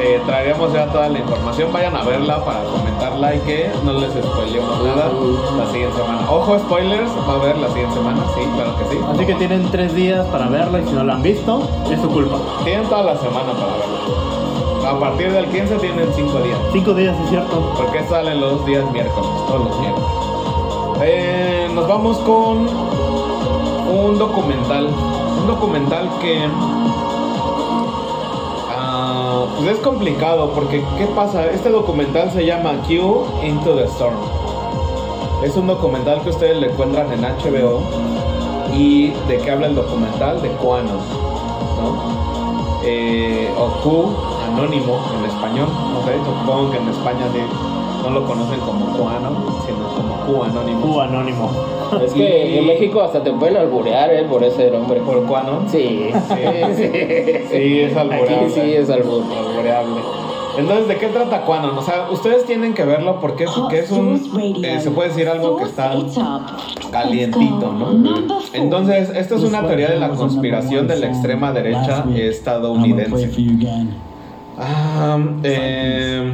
eh, traeremos ya toda la información. Vayan a verla para comentarla y que no les spoilemos nada la siguiente semana. Ojo, spoilers, va a haber la siguiente semana, sí, claro que sí. Así que tienen tres días para verlo y si no lo han visto, es su culpa. Tienen toda la semana para verlo. A partir del 15 tienen 5 días. Cinco días, es cierto. Porque salen los días miércoles, todos los miércoles. Eh, nos vamos con un documental. Un documental que. ah, pues es complicado porque, ¿qué pasa? Este documental se llama Q Into the Storm. Es un documental que ustedes le encuentran en HBO. ¿Y de qué habla el documental? De Cuanon, ¿no? eh, o Q, anónimo en español, no sé, supongo que en España sí, no lo conocen como Cuano, sino como Q anónimo. Uh, anónimo. [laughs] Es que Y- en México hasta te pueden alburear eh, por ese nombre. Por Cuano. [laughs] Sí, sí, Sí, es albureable. Aquí sí es albur. Albureable. Entonces, ¿de qué trata Cuanon? O sea, ustedes tienen que verlo ¿por qué? porque es un... eh, se puede decir algo que está calientito, ¿no? Entonces, esto es una teoría de la conspiración de la extrema derecha estadounidense. Ah, eh,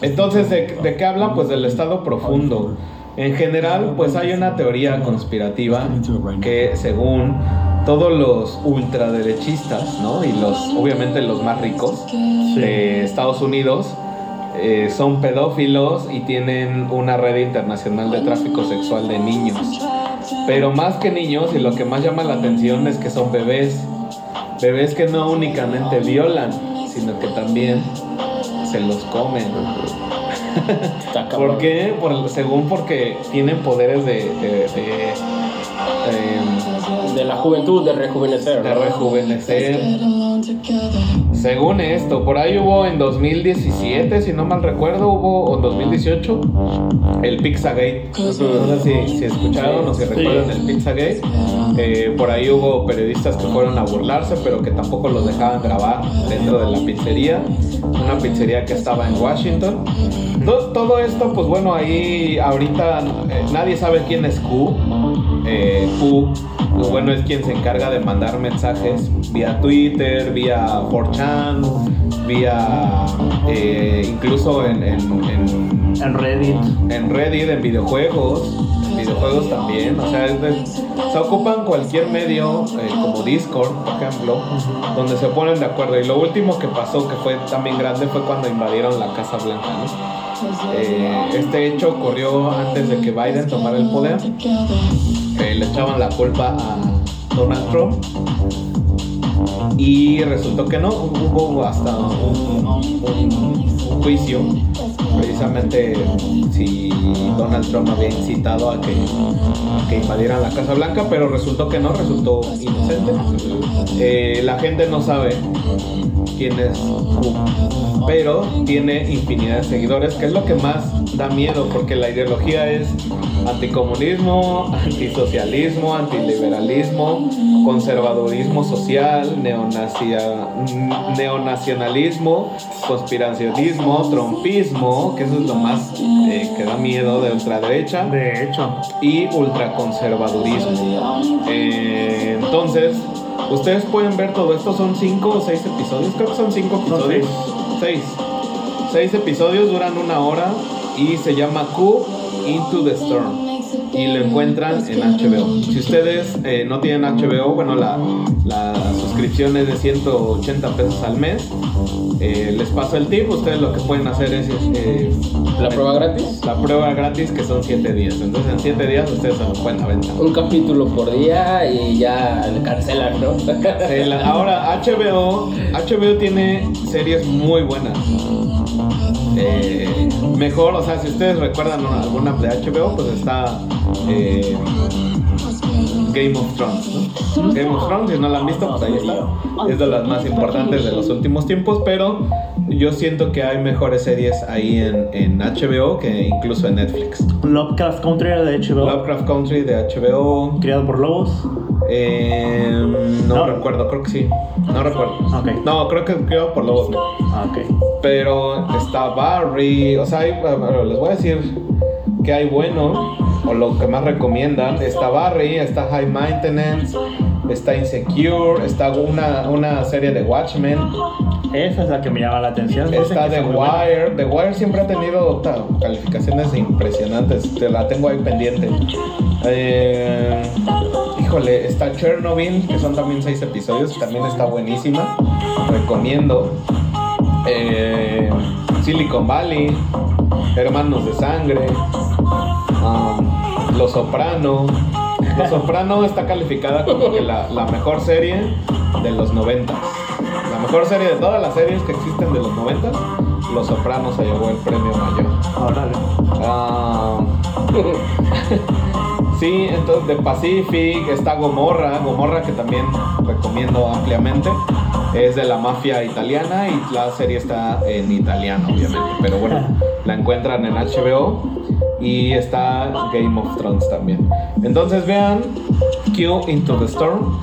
entonces, ¿de, de qué habla? Pues del estado profundo. En general, pues hay una teoría conspirativa que según todos los ultraderechistas, ¿no? Y los, obviamente los más ricos de Estados Unidos, eh, son pedófilos y tienen una red internacional de tráfico sexual de niños. Pero más que niños, y lo que más llama la atención es que son bebés. Bebés que no únicamente violan, sino que también se los comen. Está cabrón. ¿Por qué? Por- según porque tienen poderes de, de- de, em, de la juventud, de rejuvenecer. De ¿no? rejuvenecer. Según esto, por ahí hubo en 2017, si no mal recuerdo, hubo o en 2018 el Pizzagate. No sé si, si escucharon o si recuerdan el Pizzagate. Eh, por ahí hubo periodistas que fueron a burlarse, pero que tampoco los dejaban grabar dentro de la pizzería. Una pizzería que estaba en Washington. To- todo esto, pues bueno, ahí ahorita eh, nadie sabe quién es Q eh, Q, pues bueno, es quien se encarga de mandar mensajes vía Twitter, vía 4chan, vía eh, incluso en, en- en- En Reddit. en Reddit, en videojuegos, en videojuegos también, o sea, es de- se ocupan cualquier medio, eh, como Discord, por ejemplo, donde se ponen de acuerdo. Y lo último que pasó, que fue también grande, fue cuando invadieron la Casa Blanca, ¿no? Eh, este hecho ocurrió antes de que Biden tomara el poder. Eh, le echaban la culpa a Donald Trump. Y resultó que no, hubo hasta un, un juicio, precisamente si Donald Trump había incitado a que, a que invadieran la Casa Blanca, pero resultó que no, resultó inocente. Eh, la gente no sabe quién es Q, pero tiene infinidad de seguidores, que es lo que más da miedo, porque la ideología es anticomunismo, antisocialismo, antiliberalismo, conservadurismo social, neonazia- n- neonacionalismo, conspiracionismo, trompismo, que eso es lo más eh, que da miedo de ultraderecha De hecho. y ultraconservadurismo. Eh, entonces, ustedes pueden ver todo esto, son 5 o 6 episodios, creo que son 5 Son episodios. 6. 6 episodios duran una hora y se llama Q Into the Storm. Y lo encuentran en HBO. Si ustedes eh, no tienen HBO, bueno, la, la suscripción es de 180 pesos al mes. Eh, les paso el tip. Ustedes lo que pueden hacer es eh, La prueba gratis. la prueba gratis que son 7 días. Entonces en 7 días ustedes se lo pueden aventar. Un capítulo por día y ya le cancelan, ¿no? [laughs] El- Eh, ahora HBO, HBO tiene series muy buenas. Eh, mejor, o sea, si ustedes recuerdan una- alguna de HBO, pues está eh, Game of Thrones. ¿no? Game of Thrones, si no la han visto, pues ahí está. Es de las más importantes de los últimos tiempos, pero yo siento que hay mejores series ahí en, en HBO que incluso en Netflix. Lovecraft Country era de HBO. Lovecraft Country de HBO. Criado por lobos. Eh, no, No. recuerdo, creo que sí. No recuerdo. Ok. No, creo que creo por lobos. güey. Ah, ok. Pero está Barry. O sea, hay- bueno, les voy a decir que hay bueno. O lo que más recomiendan. Está Barry, está High Maintenance, está Insecure, está una, una serie de Watchmen. Esa es la que me llama la atención. Dicen Está que The muy buena. Wire. The Wire siempre ha tenido ta, calificaciones impresionantes. Te la tengo ahí pendiente. Eh, híjole, está Chernobyl, que son también seis episodios. También está buenísima. Recomiendo. Eh, Silicon Valley. Hermanos de Sangre. Los Soprano. Los Soprano está calificada como que la, la mejor serie de los 90. La mejor serie de todas las series que existen de los 90. Los Soprano se llevó el premio mayor. Órale. [laughs] Ah, [laughs] sí, entonces de Pacific está Gomorra, Gomorra que también recomiendo ampliamente. Es de la mafia italiana y la serie está en italiano, obviamente. Pero bueno, la encuentran en HBO y está Game of Thrones también. Entonces vean Q Into the Storm.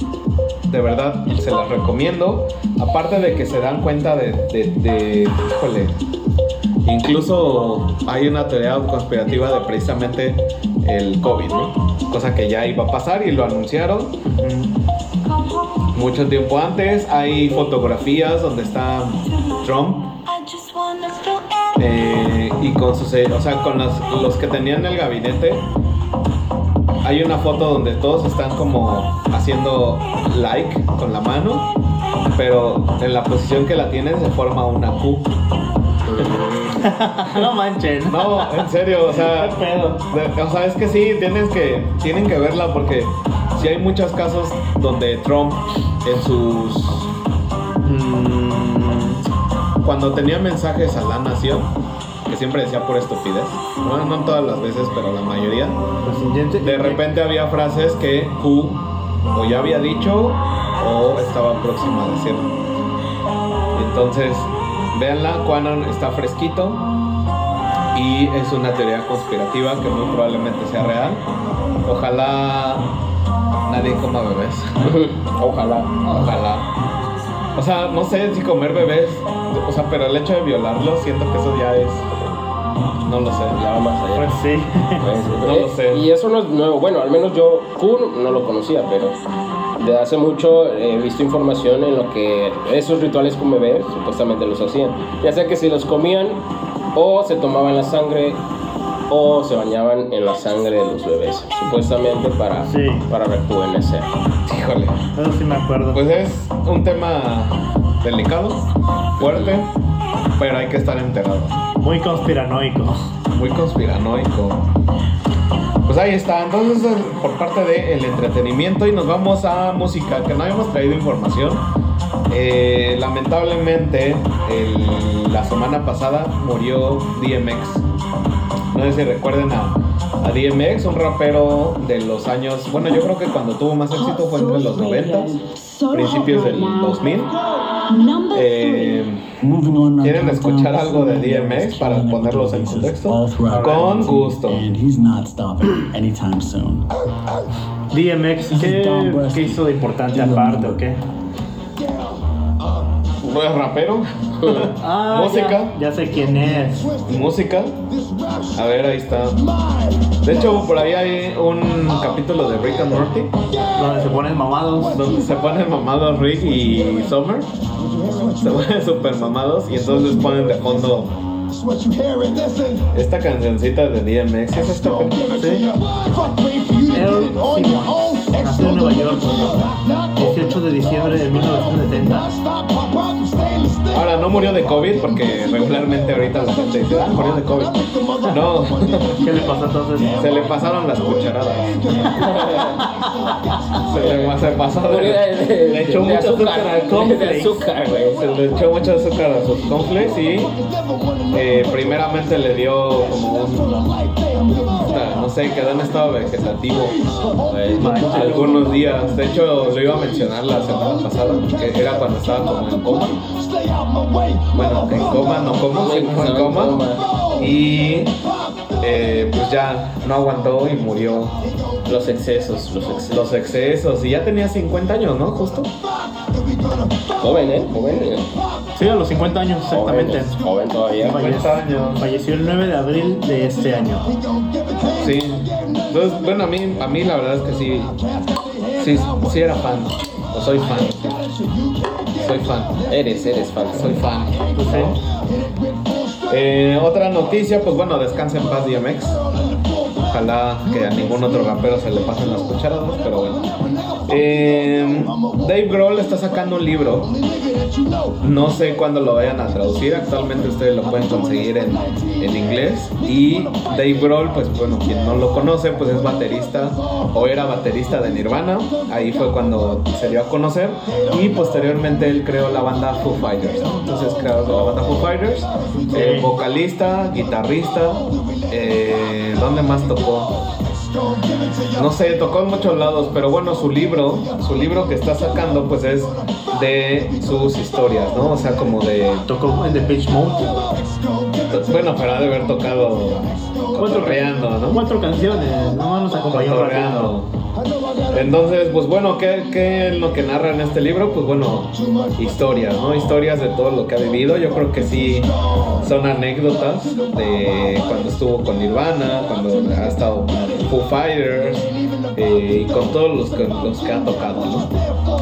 De verdad, se las recomiendo. Aparte de que se dan cuenta de, de, de- híjole, Incluso hay una teoría conspirativa de precisamente el COVID, ¿no? Cosa que ya iba a pasar y lo anunciaron mucho tiempo antes. Hay fotografías donde está Trump eh, y con sus, o sea, con las- los que tenían el gabinete. Hay una foto donde todos están como haciendo like con la mano, pero en la posición que la tienen se forma una Q. No manchen. No, en serio, o [laughs] sea, Qué pedo. de- o sea, es que sí, tienes que, tienen que verla porque sí hay muchos casos donde Trump en sus mm, cuando tenía mensajes a la nación que siempre decía por estupidez, bueno, no todas las veces, pero la mayoría, Pues, intente- de repente había frases que Q o ya había dicho o estaba próxima a decirlo. Entonces, véanla, Quanon está fresquito y es una teoría conspirativa que muy probablemente sea real. Ojalá nadie coma bebés. Ojalá. Ojalá. O sea, no sé si comer bebés, o sea, pero el hecho de violarlos, siento que eso ya es. No lo sé. Ya va más allá. Pues sí. [laughs] Pues, No lo sé. Y eso no es nuevo. Bueno, al menos yo, Kun, no lo conocía, pero de hace mucho he visto información en lo que esos rituales con bebés supuestamente los hacían. Ya sea que si los comían, o se tomaban la sangre, o se bañaban en la sangre de los bebés, supuestamente para, Sí. para rejuvenecer. Híjole. Eso sí me acuerdo. Pues es un tema delicado, fuerte, pero hay que estar enterado. Muy conspiranoico. Muy conspiranoico. Pues ahí está, entonces es por parte del entretenimiento y nos vamos a música, que no habíamos traído información. Eh, lamentablemente, el- la semana pasada murió DMX. No sé si recuerden a, a DMX, un rapero de los años, bueno yo creo que cuando tuvo más éxito fue entre los 90, principios del 2000. Eh, ¿Quieren escuchar algo de DMX para ponerlos en contexto? Con gusto. [laughs] DMX, ¿qué, qué hizo de importante aparte o qué? no es rapero, [laughs] Ah, Música. Ya, ya sé quién es. música. A ver, ahí está. De hecho, por ahí hay un capítulo de Rick and Morty Donde se ponen mamados. donde se ponen mamados Rick y Summer. Se ponen super mamados y entonces ponen de fondo esta cancioncita de DMX. ¿Es esta? Sí. Earl Simmons. Nació en Nueva York. 18 de diciembre de 1970. Ahora, no murió de COVID porque regularmente ahorita la gente dice, ah, murió de COVID. No, ¿Qué le pasó entonces? se le pasaron las [laughs] cucharadas. Se le se pasó de, le echó de mucho azúcar al De cornflakes. azúcar, güey. Se le echó mucho azúcar a sus conflictos y eh, primeramente le dio como un, puta, no sé, quedó en estado vegetativo eh, Manches. algunos días. De hecho, lo iba a mencionar la semana pasada, que era cuando estaba como en coma. Bueno, en coma, no como, Sí, en estaba en coma. coma. Y eh, pues ya no aguantó y murió Los excesos, los excesos. los excesos. Y ya tenía 50 años, ¿no? Justo. Joven, ¿eh? Joven, ¿eh? Sí, a los 50 años exactamente. Joven, joven todavía. Vaya. 50 años. Falleció el 9 de abril de este año. Sí. Entonces, bueno, a mí, a mí la verdad es que sí, sí, sí era fan. O soy fan. Soy fan. Eres, eres fan. Soy fan. Pues sí. Eh, otra noticia, pues bueno, descansa en paz DMX. Ojalá que a ningún otro rapero se le pasen las cucharadas, pero bueno. Eh, Dave Grohl está sacando un libro. No sé cuándo lo vayan a traducir. Actualmente ustedes lo pueden conseguir en, en inglés. Y Dave Grohl, pues bueno, quien no lo conoce, pues es baterista o era baterista de Nirvana. Ahí fue cuando se dio a conocer. Y posteriormente él creó la banda Foo Fighters. ¿no? Entonces creó la banda Foo Fighters. eh, vocalista, guitarrista. eh, ¿Dónde más tocó? no sé, tocó en muchos lados, pero bueno, su libro, su libro que está sacando, pues es de sus historias, ¿no? O sea, como de. Tocó en The Pitch Mode. Bueno, pero ha de haber tocado. Cotorreando, ¿no? Cuatro canciones. No nos acompañó un ratito. Cotorreando. Entonces, pues bueno, ¿qué, ¿qué es lo que narra en este libro? Pues bueno, historias, ¿no? Historias de todo lo que ha vivido. Yo creo que sí son anécdotas de cuando estuvo con Nirvana, cuando ha estado con Foo Fighters eh, y con todos los que, los que ha tocado, ¿no?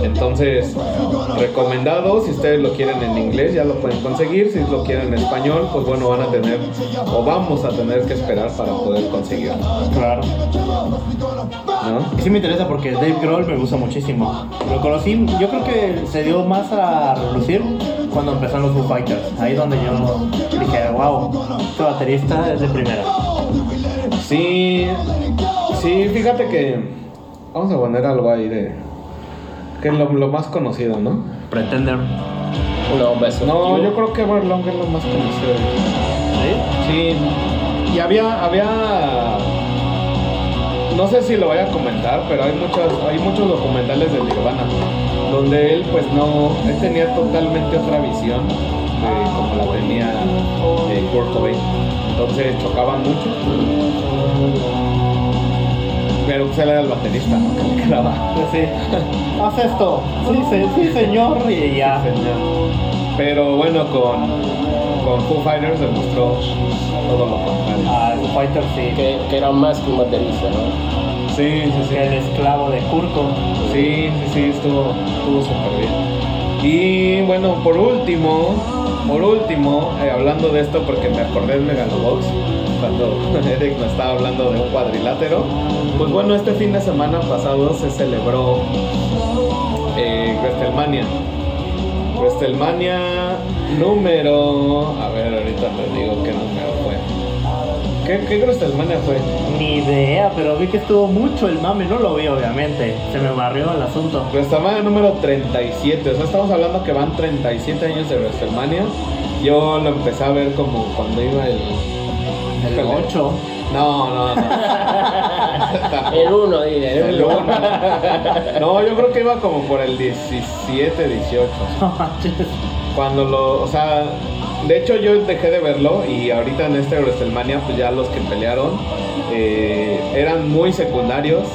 Entonces, recomendado, si ustedes lo quieren en inglés ya lo pueden conseguir, si lo quieren en español, pues bueno, van a tener o vamos a tener que esperar para poder conseguirlo, Claro. ¿no? Y sí me interesa porque Dave Grohl me gusta muchísimo. Lo conocí, yo creo que se dio más a relucir cuando empezaron los Foo Fighters. Ahí es donde yo dije, wow, este baterista es de primera. Sí, sí, fíjate que vamos a poner algo ahí de que es lo, lo más conocido, ¿no? Pretender. No, un beso. No, yo creo que Everlong es lo más conocido. ¿Sí? Sí, y había, había no sé si lo vaya a comentar, pero hay muchos, hay muchos documentales de Nirvana donde él pues no, él tenía totalmente otra visión de como la tenía eh, Kurt Cobain. Entonces chocaban mucho. Pero pues él era el baterista, ¿no? [laughs] Que le quedaba. Pues sí. Haz esto. Sí, se- sí, señor. Y ya. Señor. Pero bueno, con, con Foo Fighters demostró todo lo contrario. Ah, el Fighter sí. Que, que era más que un baterista, ¿no? Sí, sí, sí. El esclavo de Kurko. Sí, sí, sí, estuvo, estuvo súper bien. Y bueno, por último, por último, eh, hablando de esto porque me acordé del Megalobox, cuando [laughs] Eric me estaba hablando de un cuadrilátero, pues bueno, este fin de semana pasado se celebró eh, WrestleMania. WrestleMania número... A ver, ahorita te digo qué número fue. ¿Qué, qué WrestleMania fue? Ni idea, pero vi que estuvo mucho el mame. No lo vi, obviamente. Se me barrió el asunto. WrestleMania número 37, o sea, estamos hablando que van 37 años de WrestleMania. Yo lo empecé a ver como cuando iba el. El Híjole. 8. No, no, no. El uno, dile, el El uno. uno. No, yo creo que iba como por el 17, 18. [laughs] No manches. Cuando lo. O sea, de hecho yo dejé de verlo y ahorita en este WrestleMania, pues ya los que pelearon eh, eran muy secundarios.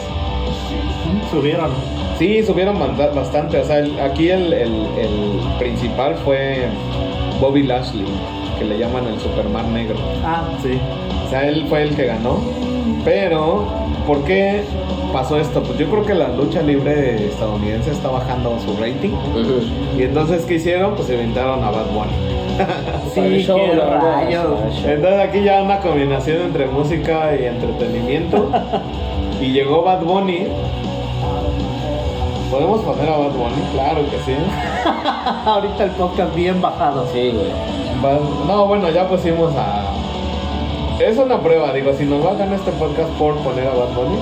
Subieron. Sí, subieron banda- bastante. O sea, el- aquí el, el- el principal fue Bobby Lashley, que le llaman el Superman Negro. Ah, sí. O sea, él fue el que ganó. Pero, ¿por qué pasó esto? Pues yo creo que la lucha libre estadounidense está bajando su rating. Ujú. Y entonces, ¿qué hicieron? Pues inventaron a Bad Bunny. Para el Sí, show, qué la verdad, rayos. para el show. Entonces, aquí ya una combinación entre música y entretenimiento. y llegó Bad Bunny. ¿Podemos poner a Bad Bunny? Claro que sí. Ahorita el podcast bien bajado. Sí, güey. Va- No, bueno, ya pusimos a. Es una prueba, digo, si nos bajan este podcast por poner a Bad Bunny.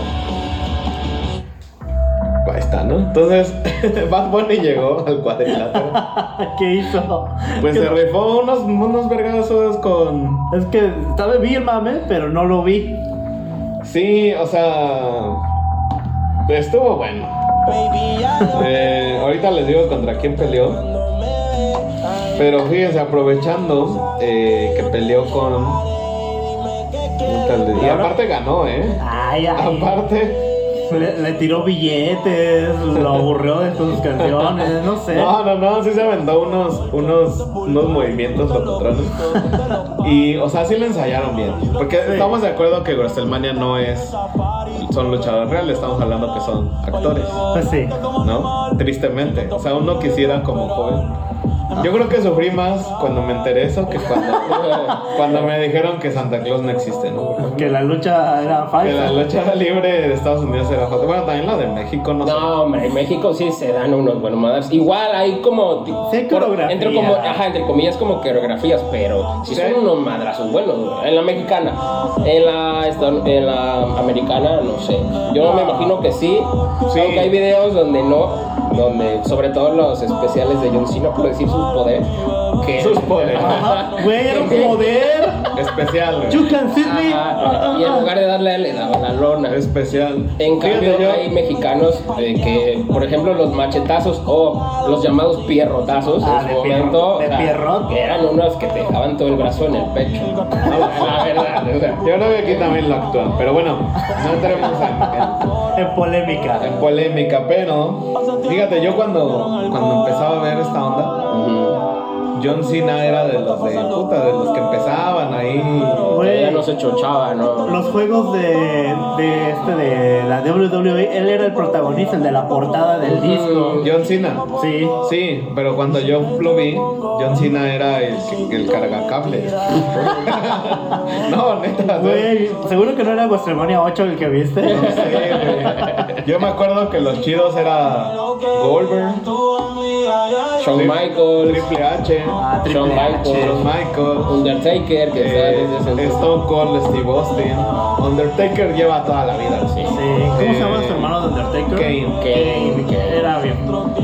Ahí está, ¿no? Entonces, [laughs] Bad Bunny llegó al cuadrilátero. ¿Qué hizo? Pues se rifó unos, unos vergazos con. Es que estaba vi el mame, pero no lo vi. Sí, o sea. Estuvo bueno. Eh, ahorita les digo contra quién peleó. Pero fíjense, aprovechando eh, que peleó con. Y aparte ganó, ¿eh? Ay, ay. Aparte. Le, le tiró billetes, lo aburrió de sus canciones, no sé. No, no, no, sí se aventó unos, unos, unos movimientos locotrones. Y, o sea, sí lo ensayaron bien. Porque Sí. estamos de acuerdo que WrestleMania no es. Son luchadores reales, estamos hablando que son actores. Pues sí. ¿no? Tristemente. O sea, uno quisiera como joven. Yo creo que sufrí más cuando me enteré eso que cuando, [laughs] cuando me dijeron que Santa Claus no existe, ¿no? Que la lucha era Que la falsa. lucha libre de Estados Unidos era falsa. Bueno, también la de México, no sé. No, hombre, en México sí se dan unos buenos madres. Igual hay como. Sí hay por- coreografía. Entre, como, ajá, entre comillas, como coreografías, pero sí son Sí. unos madrazos buenos. güey. En la mexicana, en la, estadoun- en la americana, no sé. Yo me imagino que sí. Sí. Aunque hay videos donde no. Donde, sobre todo los especiales de John Cena, por decir sus poderes. Que, Sus poderes. [laughs] Ajá, Güey, era un poder. Especial, güey. You can see me. Ajá, y en lugar de darle, le daba la lona. Especial. En cambio, Fíjate, yo- [laughs] hay mexicanos eh, que, por ejemplo, los machetazos o los llamados pierrotazos Ah, en de su pierro- momento de o sea, pierrot. que eran unos que te dejaban todo el brazo en el pecho. la verdad, o sea, Yo creo que aquí también lo actúan. Pero bueno, no entremos en- en, En polémica. en polémica. Pero, fíjate, yo cuando, cuando empezaba a ver esta onda, ujú. John Cena era de los de puta, de los que empezaban ahí. Güey. Ella no se chochaba, ¿no? Los juegos de, de este de la WWE, él era el protagonista, el de la portada del disco. John Cena. Sí. Sí, pero cuando yo lo vi, John Cena era el, el cargacables. [laughs] no, neta. no. Güey, seguro que no era WrestleMania 8 el que viste. Sí, güey. Yo me acuerdo que los chidos era Goldberg, Shawn Tri- Michaels, Triple H, Ah, Shawn Triple H. Michaels, Shawn Michaels, Undertaker, que eh, está desde ese entonces. Stone Cold, Steve Austin. Undertaker lleva toda la vida. Sí. Sí, ¿Cómo se llama Eh, su hermano de Undertaker? Kane. Kane, Kane. Era bien.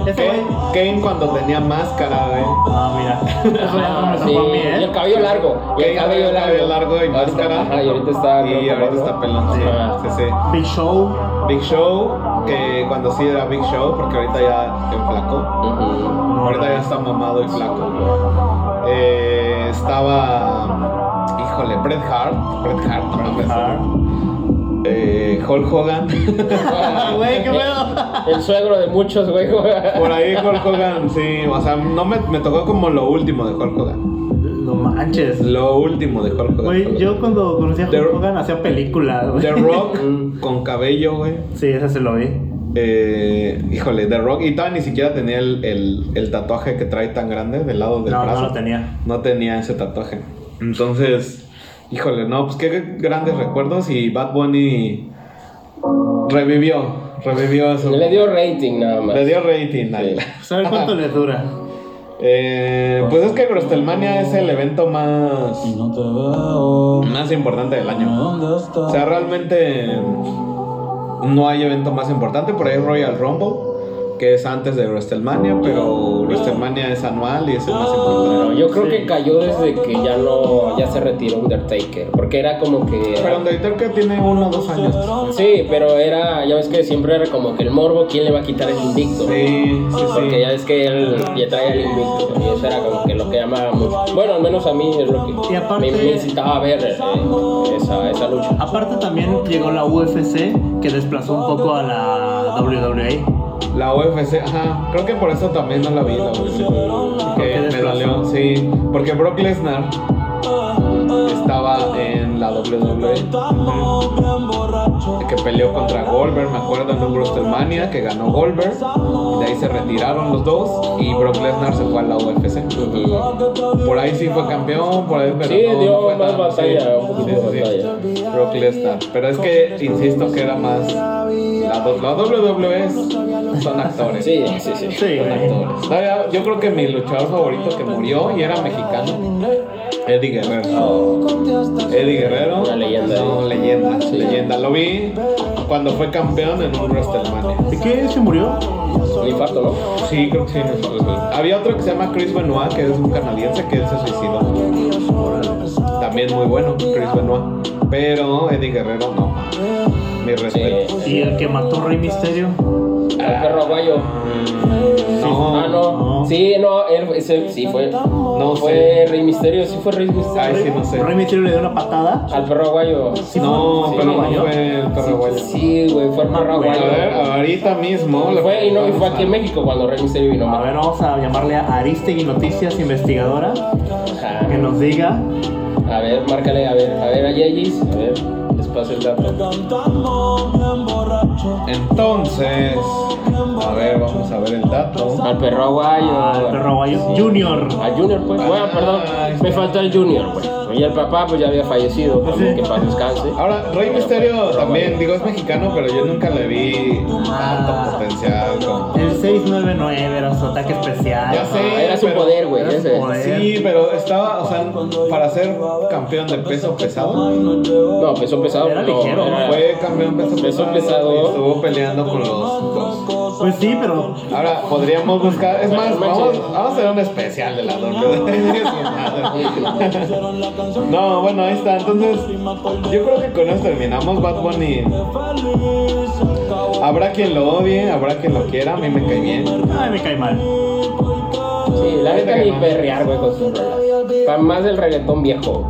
Ese Kane, güey. Kane cuando tenía máscara, ¿eh? güey. Ah, [laughs] mira. Eso ya no me Ah, tocó sí, a mí, Y el ¿eh? cabello largo. Y Kane el cabello tenía largo. largo y Ahorita- máscara. Ajá, y ahorita está. Y creo, ahorita pelón, está ¿no? pelón. sí, Ajá. sí, sí. Big Show. Big Show, que cuando sí era Big Show, porque ahorita ya enflacó. Ujú. Ahorita ya está mamado y flaco. Eh, estaba. Híjole, Bret Hart. Bret Hart, no mames. Eh, Hulk [laughs] Hogan. Ah, güey, qué pedo. El suegro de muchos, [laughs] güey. Por ahí Hulk Hogan, sí. O sea, no me, me tocó como lo último de Hulk Hogan. No manches. Lo último de Hulk Hogan. Güey, yo cuando conocí a The- Hulk Hogan hacía películas, güey. The Rock Mm. con cabello, güey. [laughs] Sí, esa se lo vi. Eh, híjole, The Rock. Y todavía ni siquiera tenía el, el- el tatuaje que trae tan grande del lado del No, brazo. no lo tenía. No tenía ese tatuaje. Entonces, híjole, no, pues qué grandes recuerdos. Y Bad Bunny revivió, revivió eso. Le dio rating nada más. Le dio rating al- Sí. ¿Sabes Pues cuánto les dura? Eh, pues es que WrestleMania es el evento más, no te veo. más importante del año. ¿Dónde O sea, realmente no hay evento más importante. Por ahí Royal Rumble, que es antes de WrestleMania, pero WrestleMania es anual y es el más Pero importante. yo creo que Sí. cayó desde que ya no ya se retiró Undertaker, porque era como que Pero Undertaker tiene uno o dos años. Sí, pero era, ya ves que siempre era como que el morbo, ¿quién le va a quitar el invicto? Sí, sí, sí. Porque ya ves que él ya traía el invicto y eso era como que lo que llamaba mucho. Bueno, al menos a mí es lo que Y aparte- me, me incitaba a ver eh, esa, esa lucha. Aparte también llegó la UFC que desplazó un poco a la WWE. La UFC, ajá, creo que por eso también no la vi la UFC. qué Que me desplazó? dolió, sí. Porque Brock Lesnar estaba en la WWE. Que peleó contra Goldberg, me acuerdo en un WrestleMania que ganó Goldberg. De ahí se retiraron los dos y Brock Lesnar se fue a la UFC. Por ahí sí fue campeón, por ahí pero Sí, no, dio no fue más tan- batalla, un poquito de Brock Lesnar. Pero es que insisto que era más. La, do- la WWE es- son actores. Sí, sí, sí. Sí, Son güey. actores. No, ya- Yo creo que mi luchador favorito que murió y era mexicano, Eddie Guerrero. Eddie Guerrero. Una leyenda, No, leyenda, leyenda. Lo vi cuando fue campeón en un WrestleMania. ¿De qué se murió? Un infarto, ¿no? Sí, creo que sí. no sé. Había otro que se llama Chris Benoit, que es un canadiense que él se suicidó. También muy bueno, Chris Benoit. Pero Eddie Guerrero no. Mi respeto. Sí. ¿Y el que mató a Rey Misterio? El perro aguayo. No, Ah, no. No. Sí, no, él ese sí fue. No fue Rey Misterio, sí fue Rey Misterio. Ay, sí, no sé. Rey Misterio le dio una patada. Al perro aguayo. No, Sí, pero no ¿no? fue el perro guayo. Sí, güey, fue el perro A aguayo. ver, ahorita mismo. ¿eh? lo Fue, y no, y fue vamos aquí en a- México cuando Rey Misterio vino. A ver, vamos a llamarle a Aristegui Noticias Investigadora Ajá. que nos diga. A ver, márcale, a ver, a ver, a Yegis. A ver, les paso el dato. Entonces, a ver, vamos a ver el dato. Al perro Al aguayo. Ah, perro guayo Junior. Al Junior, pues. Ah, Bueno, perdón, ahí está. me faltó el Junior, güey. Y el papá, pues ya había fallecido. también, Que para descanse. Ahora, Rey Pero Misterio fue el perro también, aguayo. digo, es mexicano, pero yo nunca le vi tanto potencial como. El 699 era su ataque especial. Ya sé. Ah, Era su pero- poder, güey. Era su ese. poder. Sí, pero estaba, o sea, para ser campeón de peso pesado, No, pues, peso pesado. Era no, ligero, era- fue campeón peso Peso pesado, pesado. y estuvo peleando con los dos. Pues sí, pero Ahora podríamos buscar, es más, vamos, vamos a hacer un especial de la [laughs] WWE. No, bueno, ahí está. Entonces, yo creo que con eso terminamos Bad Bunny. Habrá quien lo odie, habrá quien lo quiera, a mí me cae bien. ay, me cae mal. Sí, la neta ni perrear, güey, con sus rolas. Pa' más del reggaetón viejo.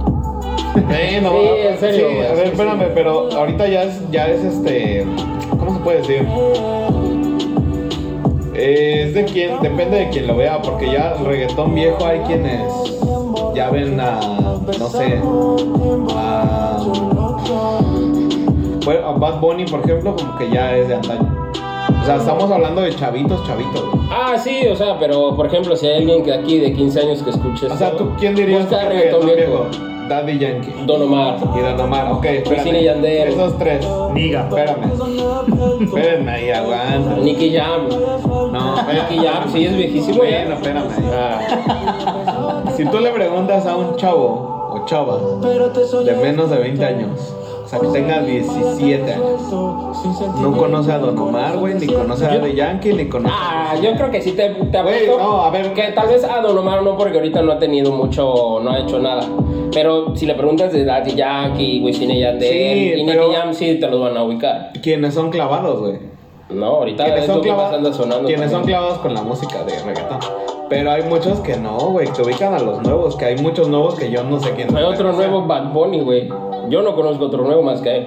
Sí, no, Sí, en serio, sí, güey, a sí, ver, sí. espérame, pero ahorita ya es, ya es este. ¿Cómo se puede decir? Eh, Es de quien, depende de quien lo vea, porque ya el reggaetón viejo hay quienes ya ven a, no sé, a, bueno, a Bad Bunny, por ejemplo, como que ya es de antaño. O sea, estamos hablando de chavitos, chavitos. güey. Ah, sí, o sea, pero por ejemplo, si hay alguien que aquí de 15 años que escuche O sea, esto, ¿tú quién dirías busca que reggaetón reggaetón viejo? viejo? Daddy Yankee Don Omar. y Don Omar. Ok, espérame. Wisin y Yandel. Esos tres. Niga. Espérame. Espérenme ahí, aguanta. Nicky Jam. No, Nicky Jam, sí, es viejísimo ya. Bueno, espérame. Ah. Si tú le preguntas a un chavo o chava de menos de 20 años, o sea, que tenga 17 años, no conoce a Don Omar, güey, ni conoce a Daddy Yankee, ni conoce Ah, yo creo que sí te, te Güey, apuesto no, a ver. que tal vez a Don Omar no, porque ahorita no ha tenido mucho, no ha hecho nada. Pero si le preguntas de Daddy Yankee, Wisin y Yandel Sí, y pero- Nicky Jam, sí te los van a ubicar. quienes son clavados, güey. No, ahorita Quienes es son, lo que más clava- anda sonando. quienes son también. clavados con la música de reggaetón. Pero hay muchos que no, güey, que ubican a los nuevos, que hay muchos nuevos que yo no sé quién Hay otro nuevo Bad Bunny, güey. Yo no conozco otro nuevo más que él.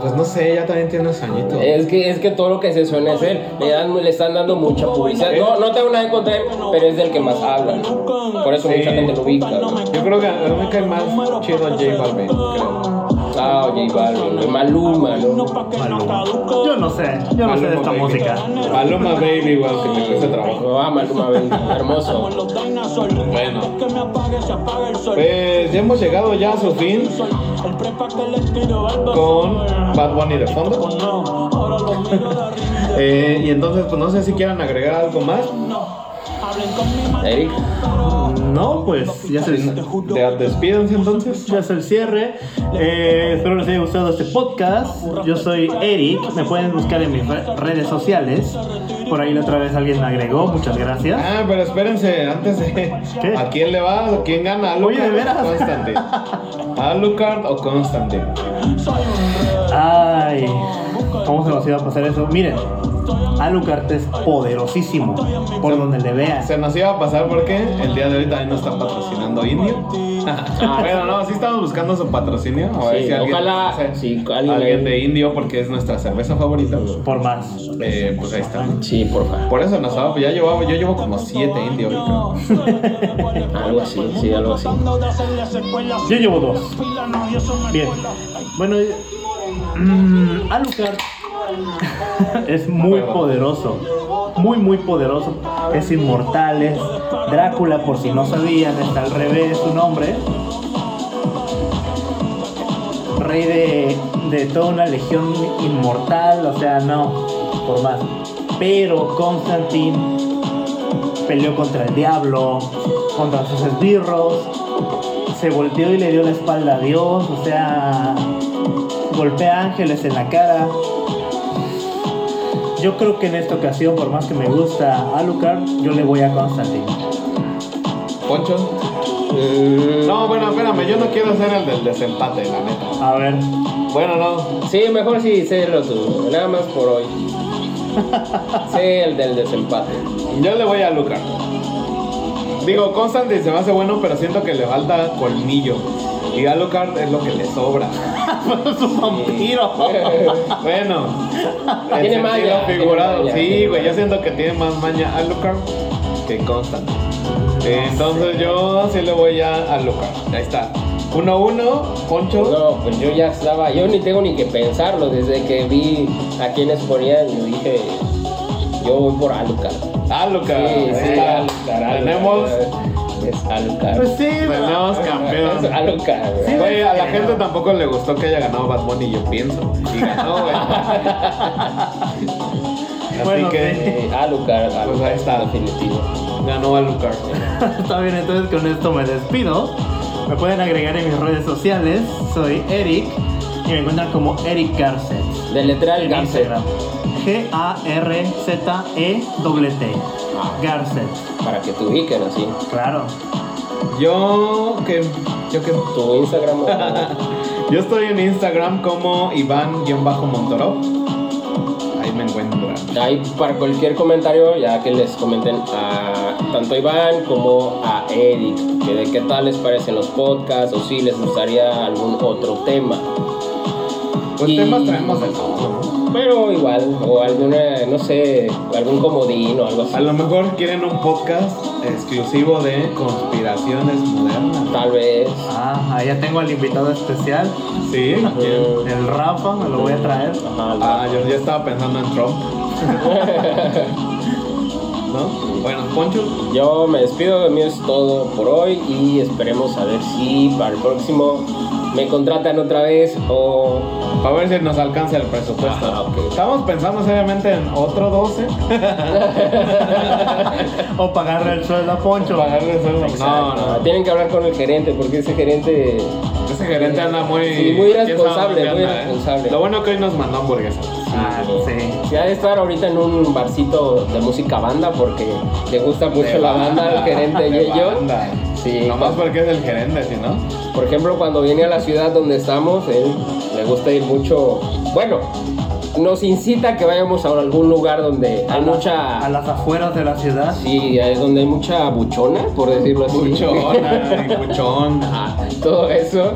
Pues no sé, ya también tiene sueñito. Es que, es que todo lo que se suena es él. Le, dan, le están dando mucha publicidad. No, no tengo nada en contra de él, pero es del que más hablan. Por eso Sí. mucha gente lo ubica. güey. Yo creo que a mí me cae más chido J Balvin, creo. Ah, J Balvin, güey. Maluma, ¿no? Maluma. Yo no sé, yo no sé de esta Maluma música. Baby. Maluma Baby, güey, aunque me cueste trabajo. Ah, Maluma, ven, hermoso. Bueno. Pues ya hemos llegado ya a su fin con Bad Bunny de fondo. Eh, y entonces, pues no sé si quieran agregar algo más. Eric. No, pues ya se De- Despídense entonces. Ya es el cierre. Eh, espero les haya gustado este podcast. Yo soy Eric. Me pueden buscar en mis re- redes sociales. Por ahí la otra vez alguien me agregó. Muchas gracias. Ah, pero espérense, antes de. ¿Qué? ¿A quién le va? ¿A quién gana? Oye, ¿de ¿Alucard veras? o Constantine? ¿Alucard o Constantine? Ay, ¿cómo se nos iba a pasar eso? Miren, Alucard es poderosísimo. Por donde le veas. Se nos iba a pasar porque el día de hoy también nos está patrocinando Indio. Pero no, sí estamos buscando su patrocinio. A ver Ah, Sí, si alguien, ojalá- no sé, sí, alguien- alguien de Indio, porque es nuestra cerveza favorita. Por más. Eh, pues ahí está. Sí, porfa. Por eso nos va, pues ya llevaba, yo llevo como siete Indio. yo creo. Algo así, sí, algo así. Yo llevo dos. Bien. Bueno, mm, Alucard [laughs] es muy poderoso. Muy, muy poderoso. Es inmortal. Es Drácula, por si no sabían, está al revés su nombre. Rey de, de toda una legión inmortal. O sea, no, por más. Pero Constantine peleó contra el diablo, contra sus esbirros, se volteó y le dio la espalda a Dios, o sea, golpea ángeles en la cara. Yo creo que en esta ocasión, por más que me gusta Alucard, yo le voy a Constantine. Poncho. Eh. No, bueno, espérame, yo no quiero ser el del desempate, la neta. A ver, Bueno, no. Sí, mejor sí, sélo tú. Nada más por hoy. Sé el del desempate. Yo le voy a Lucas. Digo, Constantine se me hace bueno, pero siento que le falta colmillo. Y a Lucas es lo que le sobra. [laughs] es un vampiro. bueno, en Ah, Tiene sentido maña, tiene figurado. maña, sí, tiene güey, yo maña. siento que tiene más maña a Lucas que Constantine. Entonces yo sí le voy a, a Lucas. Ahí está. 1-1, Poncho. No, pues yo ya estaba, yo ni tengo ni que pensarlo. Desde que vi a quienes ponían, yo dije, yo voy por Alucard. Alucard. Sí, sí, Está. Alucard. Alucard. Tenemos, Es Alucard. Pues sí, tenemos campeón. Es Alucard. güey. Sí, Güey, a la gente tampoco le gustó que haya ganado Bad Bunny, yo pienso. Y ganó, [laughs] güey. Así Bueno, que Eh, Alucard, Alucard. Pues ahí está. Definitivo. ganó a Lucar. [laughs] Está bien, entonces con esto me despido. Me pueden agregar en mis redes sociales. Soy Eric y me encuentran como Eric Garcet. Deletrea el en Gamse. Instagram. G-A-R-Z-E-T. E Garcet. Para que te ubiquen así. Ah. Claro. Yo que. Yo que. [laughs] Tu Instagram. ¿no? Yo estoy en Instagram como Iván-Montoro. Ahí me encuentran. Ahí para cualquier comentario, ya que les comenten a tanto a Iván como a Eric, que de qué tal les parecen los podcasts o si les gustaría algún otro tema. Pues Y- temas traemos del todo. Pero igual, o alguna, no sé, algún comodín o algo así. A lo mejor quieren un podcast exclusivo de conspiraciones modernas. Tal vez. Ah, ahí ya tengo al invitado especial. ¿Sí? ¿Quién? Mm, El Rafa, me lo voy a traer. ajá, [laughs] Ah, yo ya estaba pensando en Trump. ¿No? Bueno, Poncho, Yo me despido, de mí es todo por hoy y esperemos a ver si para el próximo me contratan otra vez o... a ver si nos alcanza el presupuesto. Ajá, ok. Estamos pensando seriamente en otro 12. O pagarle el sueldo a Poncho. Pagarle el sueldo. No, no. Tienen que hablar con el gerente porque ese gerente... Ese gerente anda muy. Sí, muy quién sabe responsable, dónde muy anda, ¿eh? responsable. Lo bueno que hoy nos mandó hamburguesas. Ah, sí. Se ha de estar ahorita en un barcito de música banda porque le gusta mucho De la banda al gerente de y yo. banda. Sí, Nomás porque es el gerente, si no. Por ejemplo, cuando viene a la ciudad donde estamos, él le gusta ir mucho. Bueno, nos incita a que vayamos a algún lugar donde hay mucha. A las afueras de la ciudad. Sí, es donde hay mucha buchona, por decirlo así. [laughs] Buchona, buchón. Todo eso.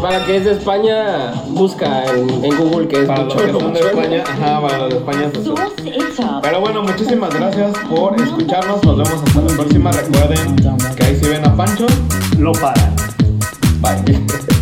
Para que es de España, busca en, en Google que es Para los que buchona, son de buchona. España, ajá, para los de España se sube. Source is up. Pero bueno, muchísimas gracias por escucharnos. Nos vemos hasta la próxima. Recuerden que ahí si ven a Pancho. Lo pagan. Bye.